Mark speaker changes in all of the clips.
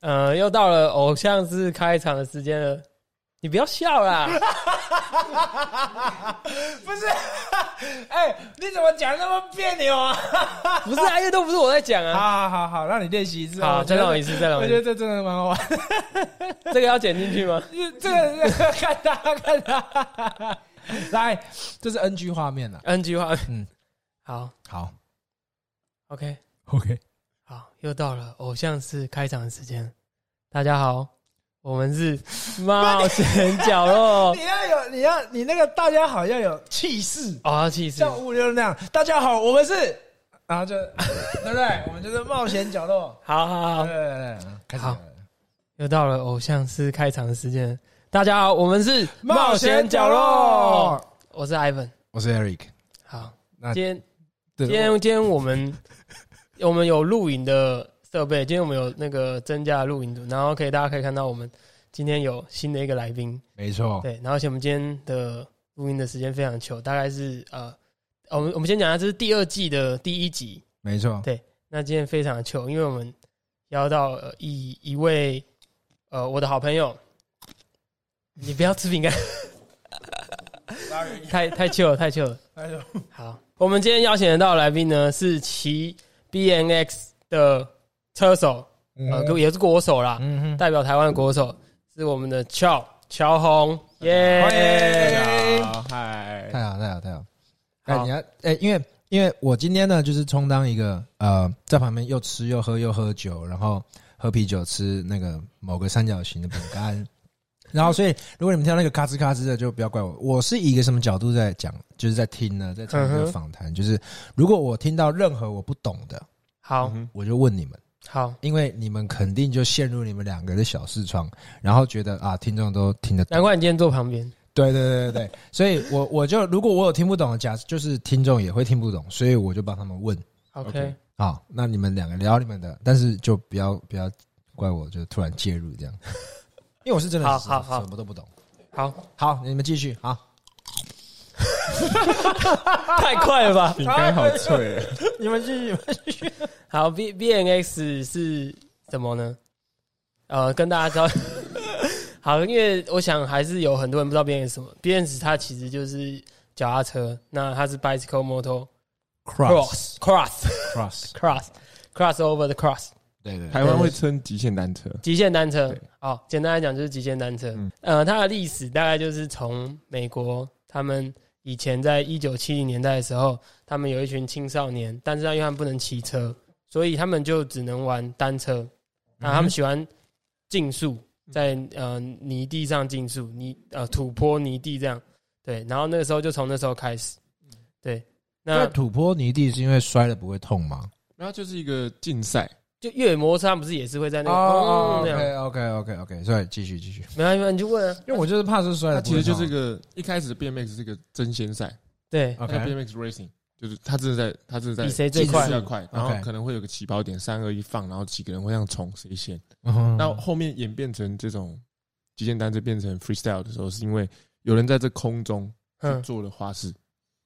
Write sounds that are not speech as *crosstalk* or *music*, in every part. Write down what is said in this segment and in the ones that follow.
Speaker 1: 呃，又到了偶像是开场的时间了，你不要笑
Speaker 2: *laughs*
Speaker 1: 啦！
Speaker 2: 不是，哎、你怎么讲那么别扭啊？
Speaker 1: 不是啊，因为都不是我在讲
Speaker 2: 好
Speaker 1: 啊。
Speaker 2: 好好好，让你练习一次啊。
Speaker 1: 好，
Speaker 2: 我
Speaker 1: 再
Speaker 2: 觉得
Speaker 1: 让我一次，再让我
Speaker 2: 我
Speaker 1: 一
Speaker 2: 觉得
Speaker 1: 次，
Speaker 2: 这真的蛮好玩。
Speaker 1: 这个要剪进去
Speaker 2: *laughs*
Speaker 1: 吗？
Speaker 2: 这这个 *laughs* 看他看他， *laughs* 来，这是 NG 画面了。
Speaker 1: NG 画面，
Speaker 2: 嗯
Speaker 1: 嗯，好
Speaker 2: 好
Speaker 1: ，OK，
Speaker 2: ，OK，
Speaker 1: 好，又到了偶像是开场的时间。大家好，我们
Speaker 2: *laughs*
Speaker 1: 是冒险角落
Speaker 2: 你。要有你要你那个大家好要有气势，
Speaker 1: 哦，气势
Speaker 2: 像五六那样。大家好，我们是， *laughs* 然后就对不 *laughs* 对？我们就是冒险角落。
Speaker 1: 好好
Speaker 2: 对
Speaker 1: 好，
Speaker 2: 对对对，开始
Speaker 1: 好。又到了偶像是开场的时间。大家好，我们是
Speaker 2: 冒险角落，，
Speaker 1: 我是 Ivan。
Speaker 2: 我是 Eric。
Speaker 1: 好，
Speaker 2: 那
Speaker 1: 今天
Speaker 2: 对
Speaker 1: 今天今天我们我们有录影的设备，今天我们有那个增加的录影组，然后可以大家可以看到我们今天有新的一个来宾，
Speaker 2: 没错，
Speaker 1: 对，然后而且我们今天的录音的时间非常久，大概是呃，我们我们先讲一下，这是第二季的第一集，
Speaker 2: 没错，
Speaker 1: 那今天非常的糗，因为我们邀到呃一一位呃我的好朋友，你不要吃饼干，太太糗了，太糗了。
Speaker 2: 哎呦，
Speaker 1: 好，我们今天邀请得到的来宾呢是骑 B N X 的车手，呃，
Speaker 2: 嗯
Speaker 1: 也是国手啦，
Speaker 2: 嗯哼，
Speaker 1: 代表台湾的国手是我们的乔乔红，
Speaker 2: 欢迎
Speaker 1: 耶！
Speaker 3: 好，嗨，
Speaker 2: 太好太好太好！
Speaker 1: 好
Speaker 2: 哎，你要哎，因为因为我今天呢，就是充当一个呃，在旁边又吃又喝又喝酒，然后喝啤酒吃那个某个三角形的饼干， *laughs* 然后所以如果你们听到那个咔吱咔吱的，就不要怪我，我是以一个什么角度在讲，就是在听呢，在讲这
Speaker 1: 嗯
Speaker 2: 个
Speaker 1: 哼
Speaker 2: 访谈，就是如果我听到任何我不懂的，
Speaker 1: 好
Speaker 3: 嗯
Speaker 2: 我就问你们。
Speaker 1: 好，
Speaker 2: 因为你们肯定就陷入你们两个的小视窗，然后觉得啊，听众都听得懂
Speaker 1: 难。怪你今天坐旁边，
Speaker 2: 对对对对对， *laughs* 所以我我就如果我有听不懂的，假设就是听众也会听不懂，所以我就帮他们问
Speaker 1: OK
Speaker 3: OK。
Speaker 2: 啊。那你们两个聊你们的，但是就不要不要怪我，就突然介入这样， *laughs* 因为我是真的
Speaker 1: 好
Speaker 2: 是
Speaker 1: 好好
Speaker 2: 什么都不懂。
Speaker 1: 好，
Speaker 2: 好，你们继续好，
Speaker 1: 太快了吧！
Speaker 3: 饼干好脆，
Speaker 2: 你们继续。
Speaker 1: 好，B B N X 是什么呢？呃，跟大家交 *laughs* 好，因为我想还是有很多人不知道 B N X 什么。B N X 它其实就是脚踏车，那它是 bicycle motor
Speaker 2: Cross
Speaker 1: cross
Speaker 2: cross，
Speaker 1: cross cross over the cross
Speaker 2: 对对
Speaker 3: *laughs* 台湾会称极限单车，
Speaker 1: 极限单车
Speaker 3: 对。
Speaker 1: 哦，简单来讲就是极限单车。
Speaker 3: 嗯
Speaker 1: 呃，它的历史大概就是从美国他们以前在一九七零年代的时候，他们有一群青少年，但是因为他们不能骑车，所以他们就只能玩单车。
Speaker 3: 嗯
Speaker 1: 那、他们喜欢竞速，在呃泥地上竞速，泥呃土坡泥地这样。对，然后那个时候就从那时候开始。
Speaker 3: 嗯
Speaker 1: 对，
Speaker 2: 那
Speaker 1: 那
Speaker 2: 土坡泥地是因为摔了不会痛吗？
Speaker 3: 然后就是一个竞赛，
Speaker 1: 就越野摩托车，他们不是也是会在那个、
Speaker 3: 哦
Speaker 1: 嗯、那样？
Speaker 2: ，OK OK OK OK，所以继续继续，
Speaker 1: 没关系，你就问啊。
Speaker 2: 因为我就是怕是摔
Speaker 3: 它
Speaker 2: 了不
Speaker 3: 其
Speaker 2: 会痛啊，
Speaker 3: 实就是一个一开始 BMX 是一个争先赛，
Speaker 1: 对，
Speaker 3: 它叫
Speaker 2: OK
Speaker 3: BMX racing，就是它真的在它真的在
Speaker 1: 比谁最快
Speaker 3: 比较快，然后
Speaker 2: OK
Speaker 3: 可能会有个起跑点，三二一放，然后几个人会这样冲谁先。
Speaker 2: 嗯哼，
Speaker 3: 那后面演变成这种极限单车变成 freestyle 的时候，是因为有人在这空中去
Speaker 1: 嗯，
Speaker 3: 做了花式，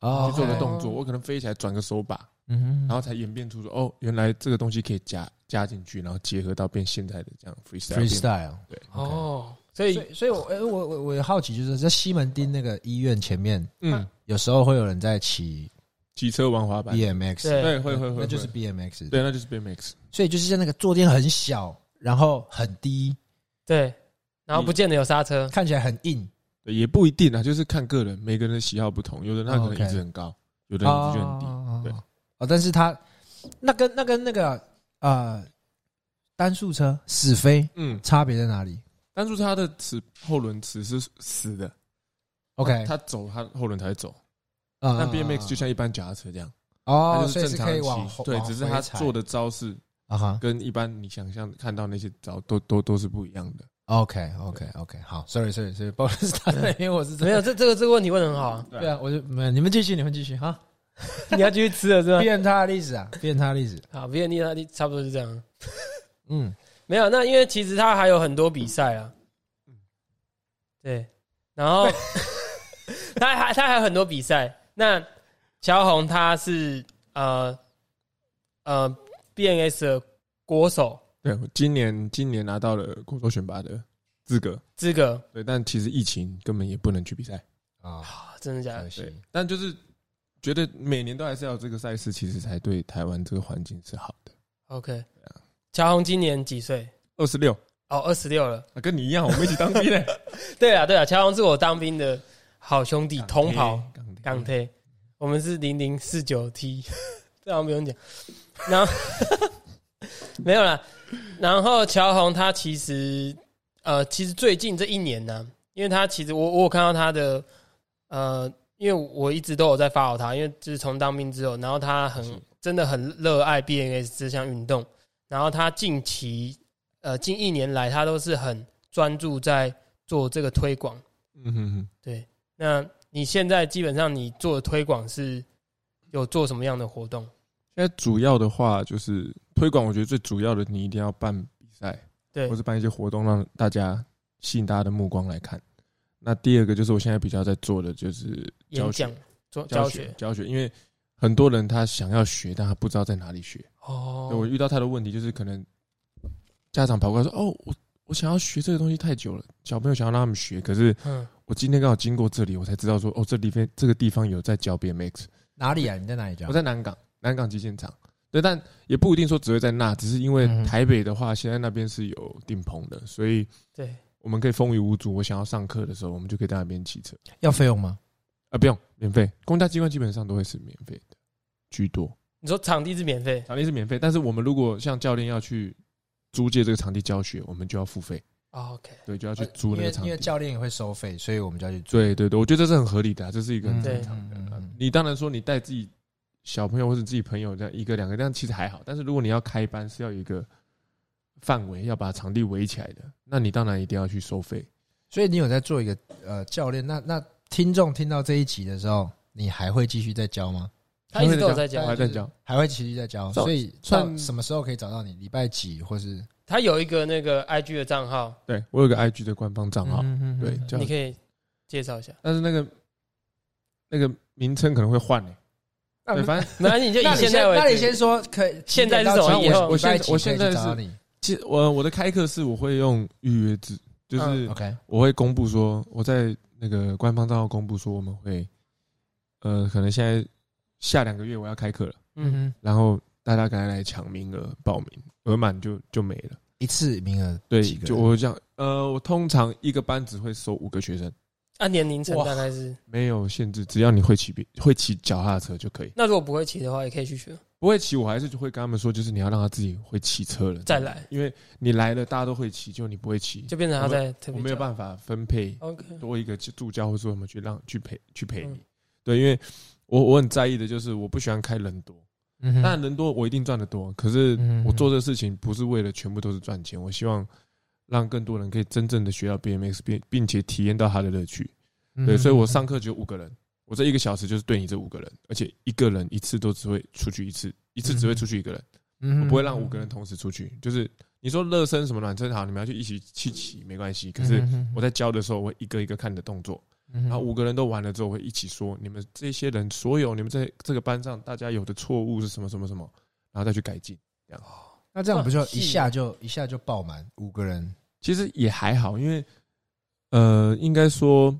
Speaker 2: 哦
Speaker 3: 去做了
Speaker 1: ，OK
Speaker 3: 动作，我可能飞起来转个手把，
Speaker 2: 嗯哼，
Speaker 3: 然后才演变出说，哦，原来这个东西可以加加进去，然后结合到变现在的这样 freestyle 变
Speaker 2: freestyle。
Speaker 3: 对，
Speaker 1: 哦，所以
Speaker 2: 所以，所以我哎我我我好奇，就是在西门町那个医院前面，
Speaker 3: 嗯，
Speaker 2: 有时候会有人在骑
Speaker 3: 骑车玩滑板，
Speaker 2: BMX，
Speaker 1: 对
Speaker 3: 对，会会会，
Speaker 2: 那就是
Speaker 3: 会
Speaker 2: BMX，
Speaker 3: 对，那就是 BMX，
Speaker 2: 所以就是在那个坐垫很小，然后很低，
Speaker 1: 对，然后不见得有刹车，
Speaker 2: 看起来很硬，
Speaker 3: 对，也不一定啊，就是看个人，每个人的喜好不同，有的人他可能一直很高，有的人一直就很低，
Speaker 2: 哦
Speaker 3: 对
Speaker 2: 哦，但是它那跟那跟那个呃单速车死飞
Speaker 3: 嗯，
Speaker 2: 差别在哪里
Speaker 3: 但是他的齿后轮齿是死的
Speaker 2: ？OK，
Speaker 3: 他走他后轮才会走，
Speaker 2: 那
Speaker 3: 那 BMX 就像一般脚踏车这样，它
Speaker 2: 哦，
Speaker 3: 就
Speaker 2: 所以
Speaker 3: 正
Speaker 2: 是
Speaker 3: 常
Speaker 2: 可以往
Speaker 3: 的骑，
Speaker 2: 后
Speaker 3: 对，
Speaker 2: 往
Speaker 3: 只是
Speaker 2: 回
Speaker 3: 他
Speaker 2: 踩
Speaker 3: 做的招式
Speaker 2: 啊哈
Speaker 3: 跟一般你想象看到那些招都都都是不一样的，
Speaker 2: ，OK OK OK，好，sorry sorry sorry，不好意思，打断因为我是真
Speaker 1: *laughs* 没
Speaker 2: 的
Speaker 1: 有这这个这个问题问的很好啊，
Speaker 2: 对啊，我就没有你们继续，你们继续哈。
Speaker 1: *laughs* 你要继续吃了是吧？
Speaker 2: 变态的例子啊，变态的例子。
Speaker 1: *laughs* 好，V N D 它差不多是这样，
Speaker 2: 嗯，
Speaker 1: 没有，那因为其实它还有很多比赛啊，对，然 *laughs* 后它还它还有很多比赛，那乔红他是呃呃 B N S 国手，
Speaker 3: 对，我今年今年拿到了国手选拔的资格，
Speaker 1: 资格
Speaker 3: 对，但其实疫情根本也不能去比赛，
Speaker 2: 啊，
Speaker 1: 啊，真的假
Speaker 2: 可
Speaker 1: 的？
Speaker 2: 惜
Speaker 3: 呃对，但就是觉得每年都还是要有这个赛事，其实才对台湾这个环境是好的。
Speaker 1: OK，
Speaker 3: 啊
Speaker 1: 乔红今年几岁？
Speaker 3: 二十六，
Speaker 1: 哦，二十六了。
Speaker 3: 啊跟你一样，我们一
Speaker 1: *laughs*
Speaker 3: 起当兵嘞，
Speaker 1: 对啊，对啊，乔红是我当兵的好兄
Speaker 3: 啊
Speaker 1: 弟，同袍
Speaker 3: 钢铁
Speaker 1: 港铁，我们是零零四九 T，这 *laughs* 好像不用讲。然后 *laughs* 没有啦，然后乔红他其实呃，其实最近这一年呢、因为他其实我我有看到他的呃，因为我一直都有在 follow 他，因为就是从当兵之后，然后他很
Speaker 3: 是
Speaker 1: 真的很热爱 BNS 这项运动，然后他近期呃近一年来他都是很专注在做这个推广。
Speaker 3: 嗯哼哼，
Speaker 1: 那你现在基本上你做的推广是有做什么样的活动？
Speaker 3: 现在主要的话就是推广，我觉得最主要的你一定要办比赛，
Speaker 1: 对
Speaker 3: 或是办一些活动，让大家吸引大家的目光来看。那第二个就是我现在比较在做的就是
Speaker 1: 演
Speaker 3: 教学
Speaker 1: 讲、做
Speaker 3: 教
Speaker 1: 教
Speaker 3: 学
Speaker 1: 学。
Speaker 3: 教学，因为很多人他想要学，但他不知道在哪里学。对我
Speaker 1: 哦，
Speaker 3: 遇到太多问题，就是可能家长跑过来说：“哦，我我想要学这个东西太久了，小朋友想要让他们学，可是
Speaker 1: 嗯，
Speaker 3: 我今天刚好经过这里，我才知道说，哦，这里边这个地方有在教 BMX。”
Speaker 2: 哪里啊？你在哪里教？
Speaker 3: 我在南港，南港基建厂。对，但也不一定说只会在那，只是因为
Speaker 2: 嗯哼
Speaker 3: 台北的话，现在那边是有顶棚的，所以
Speaker 1: 对，
Speaker 3: 我们可以风雨无阻。我想要上课的时候，我们就可以在那边骑车
Speaker 2: 要费用吗？
Speaker 3: 啊，不用免费。公家机关基本上都会是免费的居多，
Speaker 1: 你说场地是免费
Speaker 3: 场地是免费，但是我们如果像教练要去租借这个场地教学，我们就要付费，
Speaker 1: 哦？OK，
Speaker 3: 对，就要去租
Speaker 2: 呃因
Speaker 3: 那个
Speaker 2: 为
Speaker 3: 场
Speaker 2: 因为
Speaker 3: 地。
Speaker 2: 教练也会收费，所以我们就要去做。
Speaker 3: 对对对，我觉得这是很合理的、啊，这是一个很
Speaker 2: 嗯
Speaker 3: 正
Speaker 1: 对
Speaker 3: 常的
Speaker 2: 嗯嗯
Speaker 3: 啊
Speaker 2: 嗯。
Speaker 3: 你当然说你带自己小朋友或者自己朋友这样一个两个，这样其实还好。但是如果你要开班，是要有一个范围，要把场地围起来的，那你当然一定要去收费。
Speaker 2: 所以你有在做一个呃教练，那那听众听到这一集的时候，你还会继续再教吗？
Speaker 1: 他一直都有在
Speaker 3: 我
Speaker 1: 讲
Speaker 3: 还，在讲，
Speaker 2: 还会继续再教？
Speaker 3: 照
Speaker 2: 所以
Speaker 3: 算
Speaker 2: 算什么时候可以找到你？礼拜几或是
Speaker 1: 他有一个那个 IG 的账号，
Speaker 3: 对我有个 IG 的官方账号，
Speaker 2: 嗯
Speaker 3: 对，啊叫
Speaker 1: 你，可以介绍一下。
Speaker 3: 但是那个那个名称可能会换诶。
Speaker 2: 啊那
Speaker 3: 对，反正
Speaker 1: 没关系，你就
Speaker 2: 那
Speaker 1: 以
Speaker 2: 你
Speaker 1: 现
Speaker 2: 先
Speaker 1: 在
Speaker 2: 那你
Speaker 1: 为
Speaker 2: 先
Speaker 1: 止。
Speaker 2: 说，可以
Speaker 1: 现在是什么
Speaker 2: 几点
Speaker 1: 以
Speaker 2: 到
Speaker 1: 后
Speaker 2: 几点
Speaker 3: 我现
Speaker 2: 礼拜几可以
Speaker 3: 在我
Speaker 2: 找到你
Speaker 3: 其实我我的开课是我会用预约制，就是
Speaker 1: 嗯
Speaker 2: 啊 OK
Speaker 3: 我会公布说，我在那个官方账号公布说我们会，呃，可能现在下两个月我要开课了，
Speaker 2: 嗯
Speaker 1: 嗯，
Speaker 2: 哼，
Speaker 3: 然后大家赶快来抢名额报名，额满就就没了。
Speaker 2: 一次名额
Speaker 3: 对，
Speaker 2: 几个
Speaker 3: 就我会这样，呃，我通常一个班只会收五个学生，
Speaker 1: 按啊年龄层
Speaker 2: 哇
Speaker 1: 大概是。
Speaker 3: 没有限制，只要你会骑比会骑脚踏车就可以。
Speaker 1: 那如果不会骑的话，也可以去学。
Speaker 3: 不会骑，我还是就会跟他们说，就是你要让他自己会骑车了
Speaker 1: 再来，
Speaker 3: 因为你来了，大家都会骑，就你不会骑，
Speaker 1: 就变成他在特别哦
Speaker 3: 我没有
Speaker 1: 教
Speaker 3: 办法分配
Speaker 1: OK，
Speaker 3: 多一个助教或者我们去让去陪去陪你。
Speaker 1: 嗯
Speaker 3: 对，因为我我很在意的就是我不喜欢开人多，
Speaker 2: 嗯哼
Speaker 3: 当然人多我一定赚得多，可是
Speaker 2: 嗯
Speaker 3: 我做这事情不是为了全部都是赚钱，我希望让更多人可以真正的学到 BMX，并并且体验到它的乐趣。
Speaker 2: 嗯
Speaker 3: 对，所以我上课只有五个人，我这一个小时就是对你这五个人，而且一个人一次都只会出去一次，一次只会出去一个人，
Speaker 2: 嗯
Speaker 3: 我不会让五个人同时出去。就是你说热身什么暖身好，你们要去一起去骑没关系，可是
Speaker 2: 嗯
Speaker 3: 我在教的时候，我会一个一个看你的动作。
Speaker 2: 然
Speaker 3: 然后五个人都完了之后，会一起说你们这些人所有你们在这个班上大家有的错误是什么什么什么，然后再去改进。
Speaker 2: 那这样不就
Speaker 1: 哇
Speaker 2: 一下就一下就爆满五个人？
Speaker 3: 其实也还好，因为呃，应该说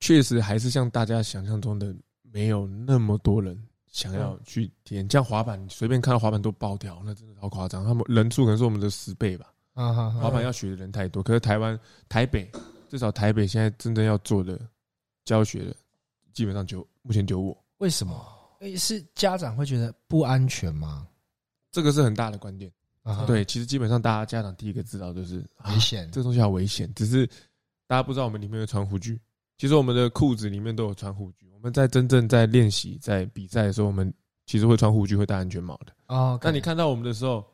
Speaker 3: 确实还是像大家想象中的没有那么多人想要去体验。像滑板，你随便看到滑板都爆掉，那真的好夸张。他们人数可能是我们的十倍吧。
Speaker 2: 啊哈哈
Speaker 3: 滑板要学的人太多，可是台湾台北至少台北现在真正要做的教学的，基本上就目前就我。
Speaker 2: 为什么？诶是家长会觉得不安全吗？
Speaker 3: 这个是很大的观点。
Speaker 2: 啊哈，
Speaker 3: 对，其实基本上大家家长第一个知道就是啊
Speaker 2: 危险。
Speaker 3: 这个东西好危险，只是大家不知道我们里面有穿护具。其实我们的裤子里面都有穿护具。我们在真正在练习、在比赛的时候，我们其实会穿护具，会戴安全帽的。
Speaker 2: 哦，
Speaker 3: 那你，看到我们的时候，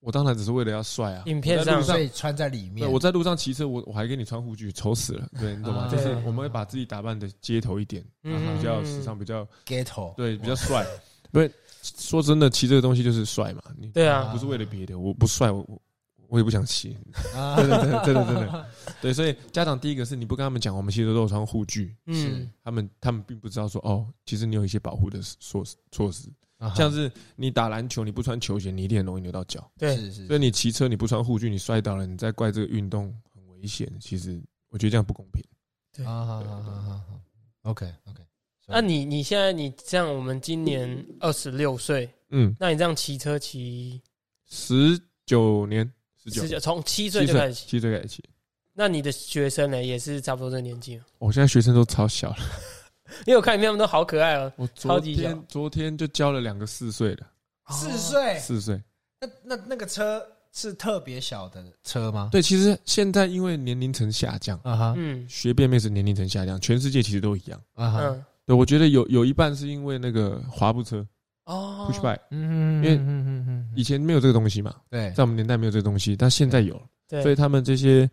Speaker 3: 我当然只是为了要帅啊。
Speaker 1: 影片
Speaker 3: 我在路
Speaker 1: 上
Speaker 2: 所以穿在里
Speaker 3: 对，
Speaker 2: 面，
Speaker 3: 我在路上骑车，我我还给你穿护具，丑死了。对，你懂吗？
Speaker 2: 啊
Speaker 3: 就是我们会把自己打扮的街头一点，
Speaker 1: 嗯，
Speaker 3: 比较时尚，比较
Speaker 2: ghetto，
Speaker 3: 对，比较帅。因为说真的，骑这个东西就是帅嘛。你
Speaker 1: 对啊
Speaker 3: 不是为了别的，我不帅，我我我也不想骑。 *laughs*
Speaker 2: 啊
Speaker 3: 对对对对对对
Speaker 1: *laughs*
Speaker 3: 对对，所以家长第一个是你不跟他们讲，我们其实都有穿护具，
Speaker 1: 嗯
Speaker 3: 他们他们并不知道说哦，其实你有一些保护的措施措施。
Speaker 2: 啊哈
Speaker 3: 像是你打篮球，你不穿球鞋，你一定很容易扭到脚。
Speaker 1: 对，
Speaker 2: 是是
Speaker 3: 所以你骑车你不穿护具，你摔倒了，你再怪这个运动很危险，其实我觉得这样不公平。
Speaker 1: 对
Speaker 2: 啊，好
Speaker 3: 对
Speaker 2: 好
Speaker 3: 对
Speaker 2: 好好好，OK OK，
Speaker 1: 那你你现在你像我们今年二十六岁，
Speaker 3: 嗯，
Speaker 1: 那你这样骑车骑
Speaker 3: 十九年，十九
Speaker 1: 十，九，从七岁
Speaker 3: 七
Speaker 1: 就开
Speaker 3: 岁，
Speaker 1: 始骑，
Speaker 3: 七岁开始骑。
Speaker 1: 那你的学生呢也是差不多这个年纪吗，
Speaker 3: 我哦现在学生都超小了，
Speaker 1: 因为我看里面他们都好可爱哦，
Speaker 3: 我
Speaker 1: 超
Speaker 3: 昨
Speaker 1: 级小
Speaker 3: 天昨天就教了两个四岁的，
Speaker 2: 四
Speaker 1: 哎
Speaker 2: 岁，
Speaker 3: 四岁。
Speaker 2: 那那那个车是特别小的车吗？
Speaker 3: 对，其实现在因为年龄层下降，
Speaker 2: 啊哈
Speaker 1: 嗯
Speaker 3: 学变妹是年龄层下降，全世界其实都一样。
Speaker 2: 啊哈，
Speaker 1: 嗯
Speaker 3: 对，我觉得有有一半是因为那个滑步车
Speaker 1: 哦
Speaker 3: push bike，
Speaker 2: 嗯，
Speaker 3: 因为
Speaker 2: 嗯嗯嗯嗯
Speaker 3: 以前没有这个东西嘛，
Speaker 2: 对
Speaker 3: 在，我们年代没有这个东西，但现在有了，
Speaker 1: 对，
Speaker 3: 所以他们这些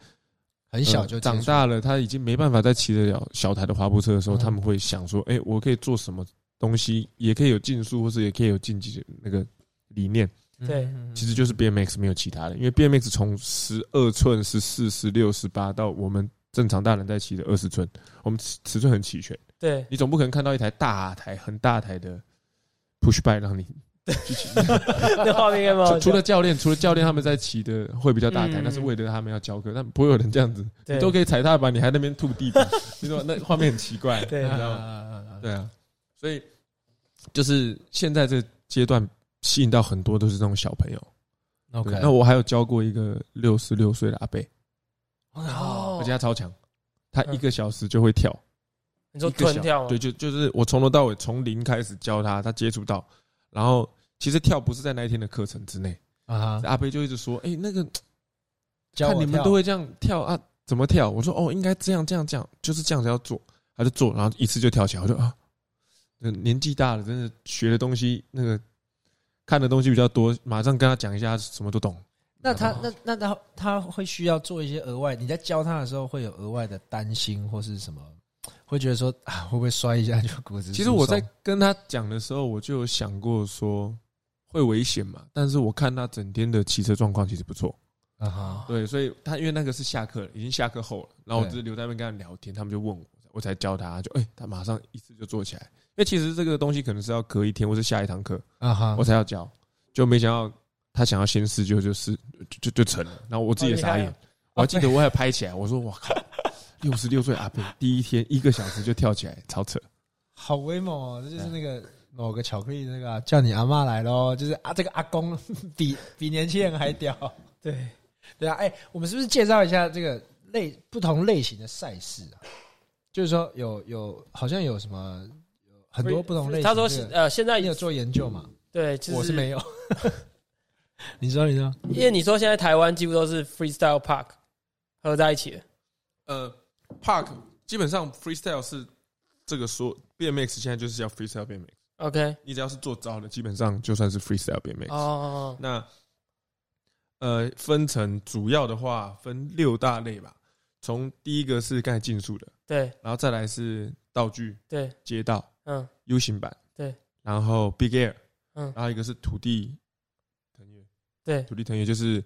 Speaker 2: 很小就
Speaker 3: 呃
Speaker 2: 接触
Speaker 3: 长，大了，他已经没办法再骑得了小台的滑步车的时候，
Speaker 2: 嗯
Speaker 3: 他们会想说：“哎、我可以做什么东西，也可以有竞速，或是也可以有竞技的那个理念。
Speaker 1: 对
Speaker 2: 嗯”
Speaker 3: 其实就是 BMX 没有其他的，因为 BMX 从十二寸、十四、十六、十八到我们正常大人在骑的二十寸，我们尺尺寸很齐全。
Speaker 1: 对
Speaker 3: 你总不可能看到一台大台、很大台的 push bike 让你去
Speaker 1: *laughs*
Speaker 3: 骑。
Speaker 1: 那画面应该蛮好
Speaker 3: 除除
Speaker 1: 笑
Speaker 3: 了教练，除了教练他们在骑的会比较大
Speaker 1: 嗯
Speaker 3: 台，那是为了他们要教课，但不会有人这样子。
Speaker 1: 对
Speaker 3: 你都可以踩踏板，你还在那边吐地板，你说那画面很奇怪，
Speaker 1: 对
Speaker 3: 你
Speaker 2: 啊
Speaker 3: 知道
Speaker 2: 啊
Speaker 3: 吗？
Speaker 2: 啊啊啊
Speaker 3: 对啊，所以就是现在这阶段吸引到很多都是这种小朋友。
Speaker 2: ，OK，
Speaker 3: 对那我还有教过一个六十六岁的阿伯，
Speaker 1: 哦
Speaker 3: 而且他超强，他
Speaker 2: 嗯
Speaker 3: 一个小时就会跳，
Speaker 1: 你说啊
Speaker 3: 一个
Speaker 1: 臀
Speaker 3: 小
Speaker 1: 跳
Speaker 2: 哦
Speaker 1: 吗
Speaker 3: 对，？就就是我从头到尾从零开始教他，他接触到，然后其实跳不是在那一天的课程之内，
Speaker 2: 啊哈，
Speaker 3: 阿伯就一直说，哎，那个
Speaker 2: 教
Speaker 3: 看
Speaker 2: 我
Speaker 3: 你们
Speaker 2: 跳
Speaker 3: 都会这样跳啊？怎么跳？我说哦，应该这样这样这样，就是这样子要做。他就做，然后一次就跳起来。我就啊，那年纪大了，真的学的东西那个看的东西比较多，马上跟他讲一下，什么都懂。
Speaker 2: 那他
Speaker 3: 然后
Speaker 2: 那那他他会需要做一些额外，你在教他的时候会有额外的担心或是什么？会觉得说啊，会不会摔一下就骨质疏松？
Speaker 3: 其实我在跟他讲的时候，我就有想过说会危险嘛，但是我看他整天的骑车状况其实不错。
Speaker 2: 啊哈，
Speaker 3: 对，所以他因为那个是下课了，已经下课后了，然后我
Speaker 2: 对
Speaker 3: 只是留在那边跟他聊天，他们就问我，我才教他，就哎、他马上一次就做起来。因为其实这个东西可能是要隔一天或是下一堂课
Speaker 2: 啊哈，
Speaker 3: 我才要教，就没想到他想要先试就就是就就就成了，然后我自己也傻
Speaker 1: 好厉
Speaker 3: 眼
Speaker 1: 害，
Speaker 3: 哦我还记得我还拍起来，我说我靠，六十六岁阿伯第一天一个小时就跳起来，超扯。
Speaker 2: 好威猛哦！这就是那个
Speaker 1: 哎
Speaker 2: 某个巧克力那个啊、叫你阿妈来咯，就是啊，这个阿公 *laughs* 比比年轻人还屌。
Speaker 1: 对，
Speaker 2: 对啊，哎、我们是不是介绍一下这个类不同类型的赛事啊？就是说有有好像有什么有很多不同类型、
Speaker 1: 他说
Speaker 2: 这
Speaker 1: 是
Speaker 2: 个
Speaker 1: 呃，现在
Speaker 2: 你有做研究嘛？
Speaker 1: 对，就是
Speaker 2: 我是没有。 *laughs* 你说，你说，
Speaker 1: 因为你说现在台湾几乎都是 freestyle park 合在一起的，
Speaker 3: 呃，Park 基本上 freestyle 是这个说 BMX 现在就是要 freestyle BMX。
Speaker 1: OK，
Speaker 3: 你只要是做招的，基本上就算是 freestyle 变 m
Speaker 1: 哦，
Speaker 3: 那呃，分成主要的话分六大类吧。从第一个是刚才竞速的，
Speaker 1: 对
Speaker 3: 然后再来是道具、
Speaker 1: 对，
Speaker 3: 街道、
Speaker 1: 嗯
Speaker 3: U 型版，
Speaker 1: 对，
Speaker 3: 然后 Big Air，
Speaker 1: 嗯
Speaker 3: 然后一个是土地腾跃，
Speaker 1: 对
Speaker 3: 土地腾跃就是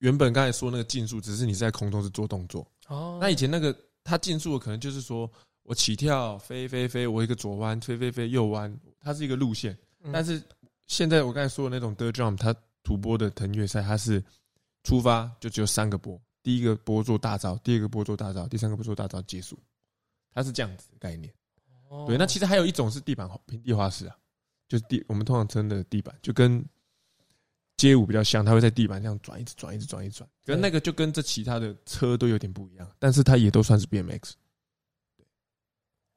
Speaker 3: 原本刚才说那个竞速，只是你在空中是做动作。
Speaker 1: 哦，
Speaker 3: 那以前那个他竞速的可能就是说我起跳飞飞飞，我一个左弯飞飞飞右弯，它是一个路线。
Speaker 1: 嗯
Speaker 3: 但是现在我刚才说的那种 dirt jump，它土拨的腾跃赛，它是出发就只有三个波，第一个波做大招，第二个波做大招，第三个波做大招结束，它是这样子的概念。
Speaker 1: 哦
Speaker 3: 对，那其实还有一种是地板滑平地滑式啊，就是地我们通常称的地板，就跟街舞比较像，它会在地板这样转，一直转，一直转，一直转。可是那个就跟这其他的车都有点不一样，但是它也都算是 BMX。呃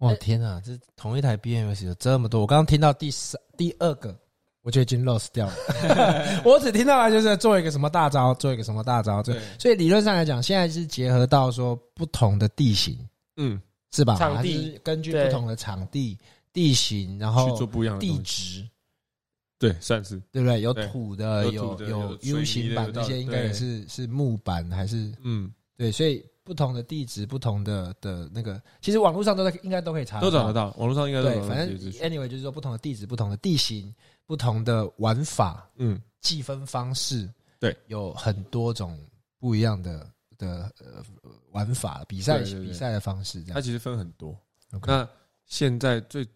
Speaker 2: 哇天啊，这同一台 B M S 有这么多！我刚刚听到第三、第二个，我就已经 lost 掉了。
Speaker 3: *laughs*
Speaker 2: 我只听到了就是做一个什么大招，做一个什么大招，做。所以理论上来讲，现在是结合到说不同的地形
Speaker 3: 嗯，
Speaker 2: 是吧？
Speaker 1: 场
Speaker 2: 它
Speaker 1: 地
Speaker 2: 是根据
Speaker 1: 对
Speaker 2: 不同的场地、地形，然
Speaker 3: 去做
Speaker 2: 后
Speaker 3: 不一样的
Speaker 2: 地
Speaker 3: 东西，
Speaker 2: 质，
Speaker 3: 对，算是
Speaker 2: 对不对？有
Speaker 3: 对
Speaker 2: 土的，
Speaker 3: 有
Speaker 2: 有
Speaker 3: 土的有水泥的
Speaker 2: 有 U 型板
Speaker 3: 有道
Speaker 2: 那些，应该
Speaker 3: 对
Speaker 2: 也是是木板还是
Speaker 3: 嗯，
Speaker 2: 对？所以不同的地质、不同的的那个，其实网络上都在应该都可以查
Speaker 3: 都找
Speaker 2: 到
Speaker 3: 得。到，网络上应该都
Speaker 2: 啊对
Speaker 3: 找，得到
Speaker 2: 反
Speaker 3: 这
Speaker 2: 正嗯
Speaker 3: 些资讯。
Speaker 2: anyway 就是说不同的地址、不同的地形、不同的玩法、
Speaker 3: 嗯，
Speaker 2: 计分方式，
Speaker 3: 对，
Speaker 2: 有很多种不一样的的呃玩法、比赛
Speaker 3: 对对对
Speaker 2: 比赛的方式这
Speaker 3: 它
Speaker 2: 样。
Speaker 3: 其实分很多。
Speaker 2: OK
Speaker 3: 那现在最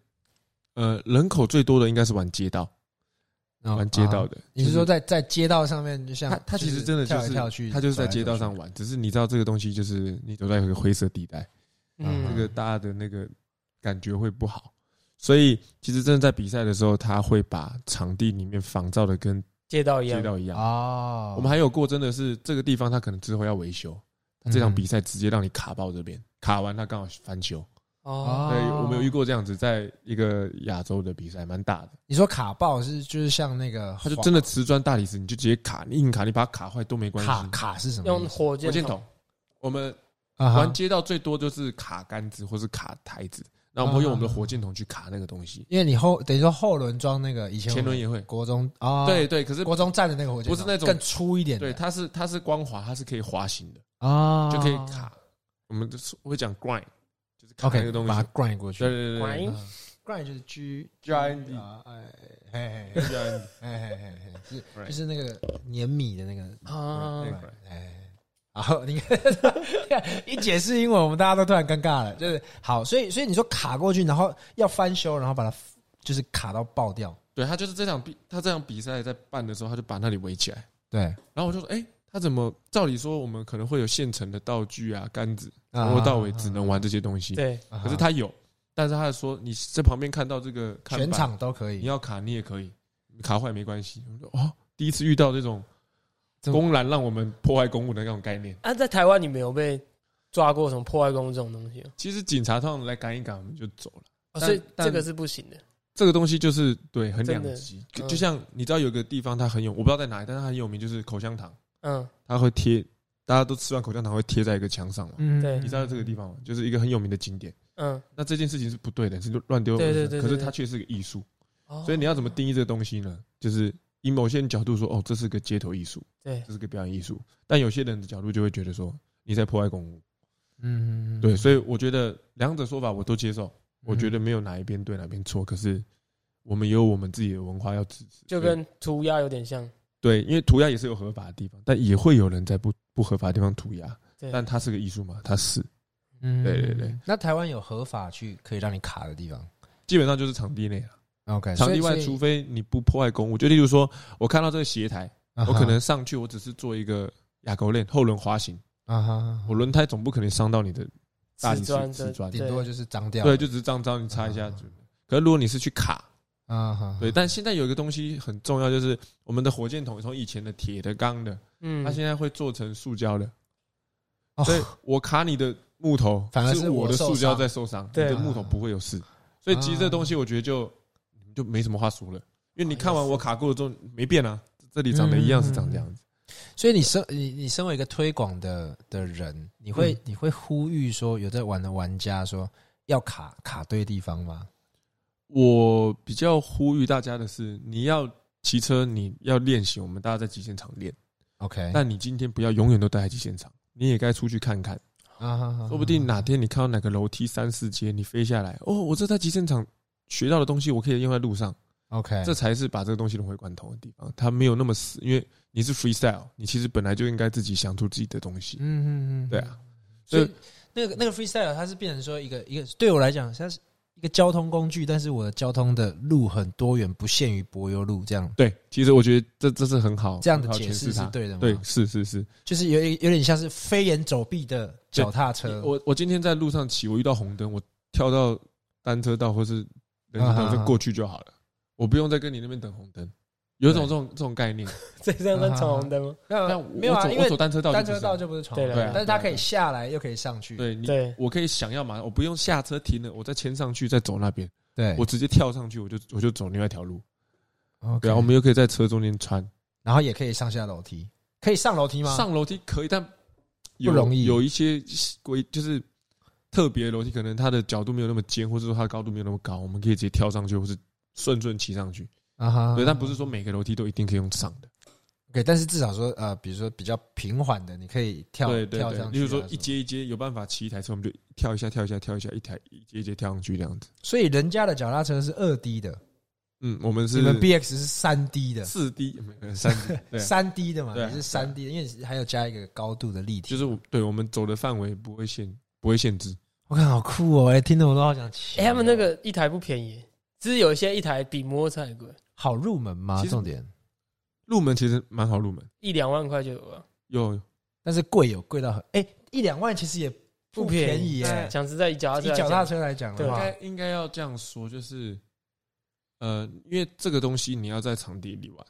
Speaker 3: 呃，人口最多的应该是玩街道，
Speaker 2: 哦
Speaker 3: 玩街道
Speaker 2: 啊
Speaker 3: 的。
Speaker 2: 你是说在在街道上面，就像
Speaker 3: 他他其实真的就
Speaker 2: 跳来
Speaker 3: 是
Speaker 2: 跳去，
Speaker 3: 他就是在
Speaker 2: 走来
Speaker 3: 街道
Speaker 2: 走去
Speaker 3: 上玩，只是你知道这个东西就是你走在一个灰色地带，
Speaker 1: 嗯，
Speaker 3: 这个大家的那个感觉会不好。所以其实真的在比赛的时候，他会把场地里面仿造的跟
Speaker 1: 街道一
Speaker 3: 街
Speaker 1: 样，
Speaker 3: 道一样。
Speaker 2: 哦。
Speaker 3: 我们还有过真的是这个地方，他可能之后要维修，
Speaker 2: 嗯
Speaker 3: 这场比赛直接让你卡爆这边，卡完他刚好翻修。
Speaker 2: 嗯
Speaker 1: 哦，
Speaker 3: 对，我们有遇
Speaker 2: 过，
Speaker 3: 过这样子，在一个亚洲的比赛，蛮大的，
Speaker 2: 你说卡爆是就是像那个
Speaker 3: 他
Speaker 2: 黄，
Speaker 3: 就真的瓷砖大理石，你就直接卡，你硬卡，你把它卡坏都没关系。
Speaker 2: 卡卡是什么意思？
Speaker 1: 用火
Speaker 3: 火
Speaker 1: 箭
Speaker 3: 箭筒，我们
Speaker 2: 啊哈
Speaker 3: 玩街道最多就是卡杆子或是卡台子，那我们会用我们的火箭筒去卡那个东西，
Speaker 2: 因为你后等于说后轮装那个以前我
Speaker 3: 前
Speaker 2: 们
Speaker 3: 轮也会。
Speaker 2: 国中啊，
Speaker 3: 对，对，可是
Speaker 2: 国中站的那个火箭筒
Speaker 3: 不是那种
Speaker 2: 更粗一点的，
Speaker 3: 对它是它是光滑，它是可以滑行的，
Speaker 2: 啊，
Speaker 3: 就可以卡。我们就是会讲 grind，就是卡
Speaker 2: OK
Speaker 3: 那个东
Speaker 2: 把
Speaker 3: 西
Speaker 2: 它。grind 过去，
Speaker 3: 对对对对对
Speaker 1: grind
Speaker 2: 嗯，grind 就是 G
Speaker 3: Grind
Speaker 2: 啊哎嘿嘿
Speaker 3: *laughs* 对，grind，
Speaker 2: 嘿嘿嘿嘿，是
Speaker 3: Right
Speaker 2: 就是那个碾米的那个
Speaker 1: 啊
Speaker 3: 对，
Speaker 2: Right，哎，好，你看 *laughs* 一解释英文，我们大家都突然尴尬了。就是好，所以所以你说卡过去，然后要翻修，然后把它就是卡到爆掉。
Speaker 3: 对他就是这场比他这场比赛在办的时候，他就把那里围起来。
Speaker 2: 对，
Speaker 3: 然后我就说，哎，他怎么？照理说我们可能会有现成的道具啊、杆子，从头到尾只能玩这些东西。
Speaker 1: 对，
Speaker 2: 啊，
Speaker 3: 可是他有，但是他说你在旁边看到这个看
Speaker 2: 全
Speaker 3: 板
Speaker 2: 场都可
Speaker 3: 你
Speaker 2: 以，
Speaker 3: 要卡你也可以，卡坏没关系。我说哦，第一次遇到这种
Speaker 2: 这种
Speaker 3: 公然让我们破坏公物的那种概念。
Speaker 1: 啊，在台湾你们有被抓过什么破坏公物这种东西吗？
Speaker 3: 其实警察通常来赶一赶，我们就走了。
Speaker 1: 哦
Speaker 3: 但
Speaker 1: 所以
Speaker 3: 但
Speaker 1: 这个是不行的。
Speaker 3: 这个东西就是对很两
Speaker 1: 真的
Speaker 3: 极，
Speaker 1: 嗯
Speaker 3: 就像你知道有个地方它很有，我不知道在哪里，但是它很有名，就是口香糖，
Speaker 1: 嗯，
Speaker 3: 它会贴，大家都吃完口香糖会贴在一个墙上嘛。
Speaker 2: 嗯
Speaker 1: 对
Speaker 3: 你知道这个地方吗？就是一个很有名的景点。
Speaker 1: 嗯，
Speaker 3: 那这件事情是不对的，是乱丢。
Speaker 1: 对对对对
Speaker 3: 可是
Speaker 1: 对
Speaker 3: 它却是个艺术，
Speaker 1: 哦
Speaker 3: 所以你要怎么定义这个东西呢？就是以某些人角度说，哦，这是个街头艺术。
Speaker 1: 对
Speaker 3: 这是个表演艺术。但有些人的角度就会觉得说你在破坏公物，
Speaker 2: 嗯
Speaker 3: 对，所
Speaker 2: 以
Speaker 3: 以我觉得两者说法我都接受，我觉得没有哪一边对哪边错。可是我们也有我们自己的文化要支持，
Speaker 1: 就跟涂鸦有点像，
Speaker 3: 对，因为涂鸦也是有合法的地方，但也会有人在不不合法的地方涂鸦，
Speaker 2: 嗯
Speaker 1: 对，
Speaker 3: 但它是个艺术嘛，它是嗯对对对。
Speaker 2: 那台湾有合法去可以让你卡的地方
Speaker 3: 基本上就是场地内了，
Speaker 2: ，OK，
Speaker 3: 场地外，除非你不破坏公物。就例如说，我看到这个斜台，
Speaker 2: 啊
Speaker 3: 我可能上去，我只是做一个哑钩链后轮滑行，
Speaker 2: 啊哈，
Speaker 3: 我轮胎总不可能伤到你的大理
Speaker 1: 瓷
Speaker 3: 石
Speaker 1: 砖
Speaker 3: 瓷
Speaker 1: 的
Speaker 3: 砖，
Speaker 2: 顶多就是脏掉，
Speaker 3: 对，就只是脏脏，你擦一下
Speaker 2: 啊
Speaker 3: 就。可是如果你是去卡，
Speaker 2: 啊哈，
Speaker 3: 对，但现在有一个东西很重要，就是我们的火箭筒从以前的铁的、钢的，
Speaker 1: 嗯
Speaker 3: 它，现在会做成塑胶的，
Speaker 2: 哦
Speaker 3: 所以我卡你的木头，
Speaker 2: 反而是
Speaker 3: 是我
Speaker 2: 我
Speaker 3: 的
Speaker 2: 受
Speaker 3: 塑胶
Speaker 2: 伤啊
Speaker 3: 在受伤，你
Speaker 1: 对
Speaker 3: 的木头不会有事。所以其实这东西我觉得就就没什么话说了，因为你看完我卡过之后没变啊，这里长得一样是长这
Speaker 2: 嗯
Speaker 3: 样子。
Speaker 2: 所以你身你你身为一个推广的的人，你会、
Speaker 3: 嗯
Speaker 2: 你会呼吁说有在玩的玩家说要卡卡对地方吗？
Speaker 3: 我比较呼吁大家的是，你要骑车，你要练习，我们大家在极限场练。
Speaker 2: ？OK，
Speaker 3: 但你今天不要永远都待在极限场，你也该出去看看，
Speaker 2: 啊哈哈
Speaker 3: 说不定哪天你看到哪个楼梯三四阶，你飞下来，哦，我这在极限场学到的东西，我可以用在路上，
Speaker 2: OK，
Speaker 3: 这才是把这个东西融会贯通的地方。它没有那么死，因为你是 freestyle，你其实本来就应该自己想出自己的东西。
Speaker 2: 嗯嗯嗯，
Speaker 3: 对，啊，
Speaker 2: 所以
Speaker 3: 所以
Speaker 2: 那个那个 freestyle 它是变成说一个一个对我来讲它是一个交通工具，但是我的交通的路很多元，不限于柏油路这样。
Speaker 3: 对，其实我觉得这这是很好
Speaker 2: 这样的
Speaker 3: 很好
Speaker 2: 解
Speaker 3: 诠
Speaker 2: 释是
Speaker 3: 它。
Speaker 2: 对的吗？
Speaker 3: 对，，是是是，
Speaker 2: 就是有有点像是飞檐走壁的脚踏车。
Speaker 3: 我我今天在路上骑，我遇到红灯，我跳到单车道或是人行道
Speaker 2: 啊哈
Speaker 3: 就
Speaker 2: 哈
Speaker 3: 过去就好了，我不用再跟你那边等红灯，有一种这种这种概念。
Speaker 1: *laughs* 这样算闯红灯吗？
Speaker 3: 但我
Speaker 2: 呃没有啊，
Speaker 3: 走
Speaker 2: 因
Speaker 3: 我
Speaker 2: 为
Speaker 3: 走单车道就
Speaker 2: 单
Speaker 3: 不是啊，
Speaker 2: 车道就不是闯
Speaker 1: 对
Speaker 2: 红
Speaker 1: 了
Speaker 2: 灯，
Speaker 3: 对啊
Speaker 2: 但是它可以下来又可以上去。
Speaker 3: *laughs* 对你，
Speaker 1: 对，
Speaker 3: 我可以想要马上，我不用下车停了，我再牵上去再走那边，
Speaker 2: 对
Speaker 3: 我直接跳上去，我就我就走另外一条路。
Speaker 2: OK，
Speaker 3: 对啊，我们又可以在车中间穿，
Speaker 2: 然后也可以上下楼梯，可以上楼梯吗？
Speaker 3: 上楼梯可以，但有
Speaker 2: 不容易
Speaker 3: 有一些规就是特别的楼梯，可能它的角度没有那么尖，或者说它的高度没有那么高，我们可以直接跳上去，或是顺顺骑上去。
Speaker 2: 啊哈
Speaker 3: 对，但不是说每个楼梯都一定可以用上的。
Speaker 2: OK，但是至少说呃，比如说比较平缓的，你可以跳
Speaker 3: 对啊对
Speaker 2: 跳
Speaker 3: 对
Speaker 2: 上，去。啊
Speaker 3: 例如说一，阶一阶有办法骑一台车，我们就跳一下跳一下跳一下，一台一阶一阶跳上去这样子。
Speaker 2: 所以人家的脚踏车是二 D 的，
Speaker 3: 嗯，我们
Speaker 2: 你
Speaker 3: 是
Speaker 2: 们 BX 是三 D 的，
Speaker 3: 四 D 三 D，对啊，
Speaker 2: 三 D 的嘛，
Speaker 3: 对啊
Speaker 2: 你是三 D 的，因为你还有加一个高度的立体。
Speaker 3: 就是我对我们走的范围不会限不会限制。
Speaker 2: 我看好酷哦，哎，听得我都好想骑。
Speaker 1: 哎，他们那个一台不便宜，只是有一些一台比摩托车还贵，
Speaker 2: 好入门吗？
Speaker 3: 其实
Speaker 2: 重点，
Speaker 3: 入门其实蛮好入门，
Speaker 1: 一两万块就有了，
Speaker 3: 有
Speaker 2: 但是贵有贵到很，哎、一两万其实也不便宜耶、
Speaker 3: 哎
Speaker 1: 讲实在，以脚踏车
Speaker 2: 以
Speaker 1: 来
Speaker 2: 脚
Speaker 1: 讲，
Speaker 2: 踏车来讲的
Speaker 1: 对
Speaker 3: 应
Speaker 2: 话，
Speaker 3: 该应该要这样说，就是呃，因为这个东西你要在场地里玩，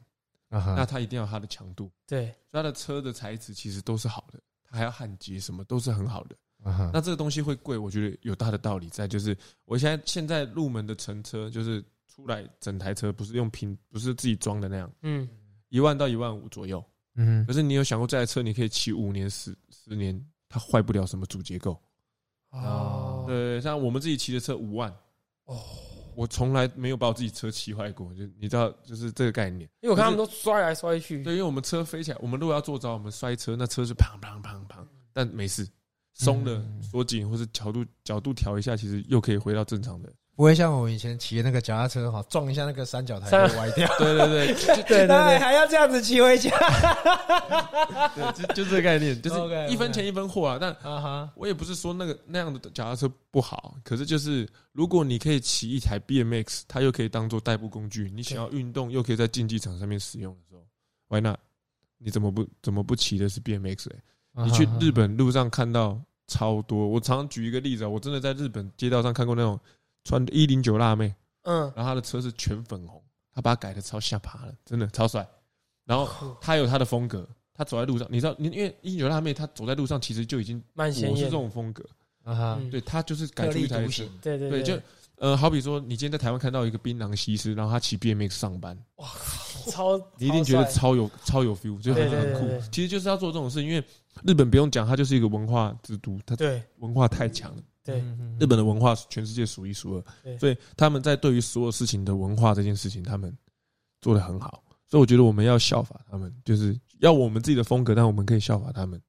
Speaker 2: 啊哈
Speaker 3: 那它一定要它的强度，
Speaker 1: 对
Speaker 3: 所以它的车的材质其实都是好的，它还要焊接什么都是很好的。
Speaker 2: 啊哈
Speaker 3: 那这个东西会贵，我觉得有它的道理在。就是我现在现在入门的乘车，就是出来整台车不是用拼，不是自己装的那样，
Speaker 1: 嗯，
Speaker 3: 一万到一万五左右。
Speaker 2: 嗯
Speaker 3: 可是你有想过，这台车你可以骑五年、十十年，它坏不了什么主结构。
Speaker 2: 哦
Speaker 1: 哦
Speaker 3: 对，像我们自己骑的车五万，
Speaker 1: 哦，
Speaker 3: 我从来没有把我自己车骑坏过，就你知道，就是这个概念。
Speaker 1: 因为我看他们都摔来摔去，
Speaker 3: 对，因为我们车飞起来，我们如果要坐着，我们摔车，那车是砰砰砰砰，但没事，松了
Speaker 2: 嗯
Speaker 3: 锁紧或是角度角度调一下，其实又可以回到正常的。
Speaker 2: 不会像我们以前骑的那个脚踏车哈，撞一下那个三角台
Speaker 1: 三
Speaker 2: 就歪掉，
Speaker 3: 对对 *laughs* 对就就
Speaker 1: 对对对，
Speaker 2: 哎 *laughs* 还要这样子骑回家，
Speaker 3: *laughs* 对，就就这个概念，就是
Speaker 2: *laughs* OK，OK
Speaker 3: 一分钱一分货啊。但
Speaker 2: 啊哈，
Speaker 3: 我也不是说那个那样的脚踏车不好，可是就是如果你可以骑一台 BMX，它又可以当做代步工具，你想要运动又可以在竞技场上面使用的时候，Why not？你怎么不怎么不骑的是 BMX？、欸、
Speaker 1: 啊
Speaker 3: 你
Speaker 2: 啊
Speaker 3: 去日本路上看到超多，我常常举一个例子啊，我真的在日本街道上看过那种穿一零九辣妹，
Speaker 1: 嗯，
Speaker 3: 然后她的车是全粉红，她把它改的超下趴了，真的超帅。然后她有她的风格，她走在路上，你知道，你因为一零九辣妹她走在路上其实就已经
Speaker 1: 蛮
Speaker 3: 我
Speaker 1: 显
Speaker 3: 是这
Speaker 1: 眼，
Speaker 3: 种风格，
Speaker 2: 啊哈，
Speaker 1: 嗯
Speaker 3: 对她就是改
Speaker 2: 特
Speaker 3: 出
Speaker 2: 立
Speaker 3: 一台
Speaker 2: 独
Speaker 3: 车
Speaker 2: 行，
Speaker 1: 对对
Speaker 3: 对，就呃，好比说你今天在台湾看到一个槟榔西施，然后她骑 BMX 上班，
Speaker 1: 超，
Speaker 3: 你一定觉得
Speaker 1: 超帅
Speaker 3: 超有超有 feel，就
Speaker 1: 对
Speaker 3: 很很
Speaker 1: 对对
Speaker 3: 酷
Speaker 1: 对。
Speaker 3: 其实就是要做这种事，因为日本不用讲，它就是一个文化之都，它
Speaker 1: 对
Speaker 3: 文化太强了。
Speaker 1: 对
Speaker 2: 嗯
Speaker 3: 日本的文化是全世界数一数
Speaker 1: 对
Speaker 3: 二，所以他们在对于所有事情的文化这件事情，他们做的很好。所以我觉得我们要效法他们，就是要我们自己的风格，但我们可以效法他们，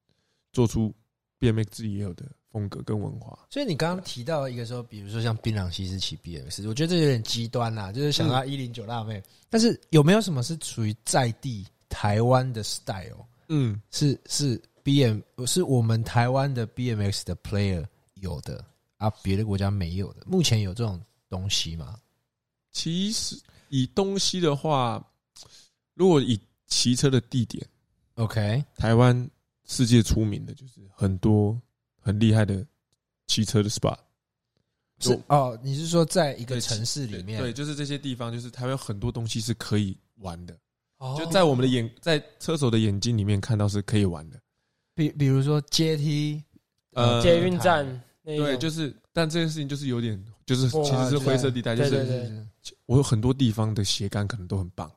Speaker 3: 做出 BMX 自己也有的风格跟文化。
Speaker 2: 所以你刚刚提到一个说，比如说像槟榔西施骑 BMX，我觉得这有点极端啦，就是想
Speaker 3: 嗯
Speaker 2: 到一零九辣妹。但是有没有什么是属于在地台湾的 style？
Speaker 3: 嗯，
Speaker 2: 是是 BM 是我们台湾的 BMX 的 player 有的啊，别的国家没有的。目前有这种东西吗？
Speaker 3: 其实以东西的话，如果以骑车的地点。
Speaker 2: OK，
Speaker 3: 台湾世界出名的就是很多很厉害的骑车的 SPA
Speaker 2: 是
Speaker 3: 有
Speaker 2: 哦，你是说在一个
Speaker 3: 对
Speaker 2: 城市
Speaker 3: 对
Speaker 2: 里面？
Speaker 3: 对，就是这些地方，就是台湾有很多东西是可以玩的，
Speaker 1: 哦
Speaker 3: 就在我们的眼，在车手的眼睛里面看到是可以玩的。
Speaker 2: 比比如说阶梯，
Speaker 3: 呃
Speaker 1: 捷运站那一种
Speaker 3: 对，就是，但这件事情就是有点，就是
Speaker 1: 哦
Speaker 3: 其实是灰色地带，就
Speaker 1: 对
Speaker 3: 是
Speaker 1: 对对
Speaker 3: 我有很多地方的斜杆可能都很棒，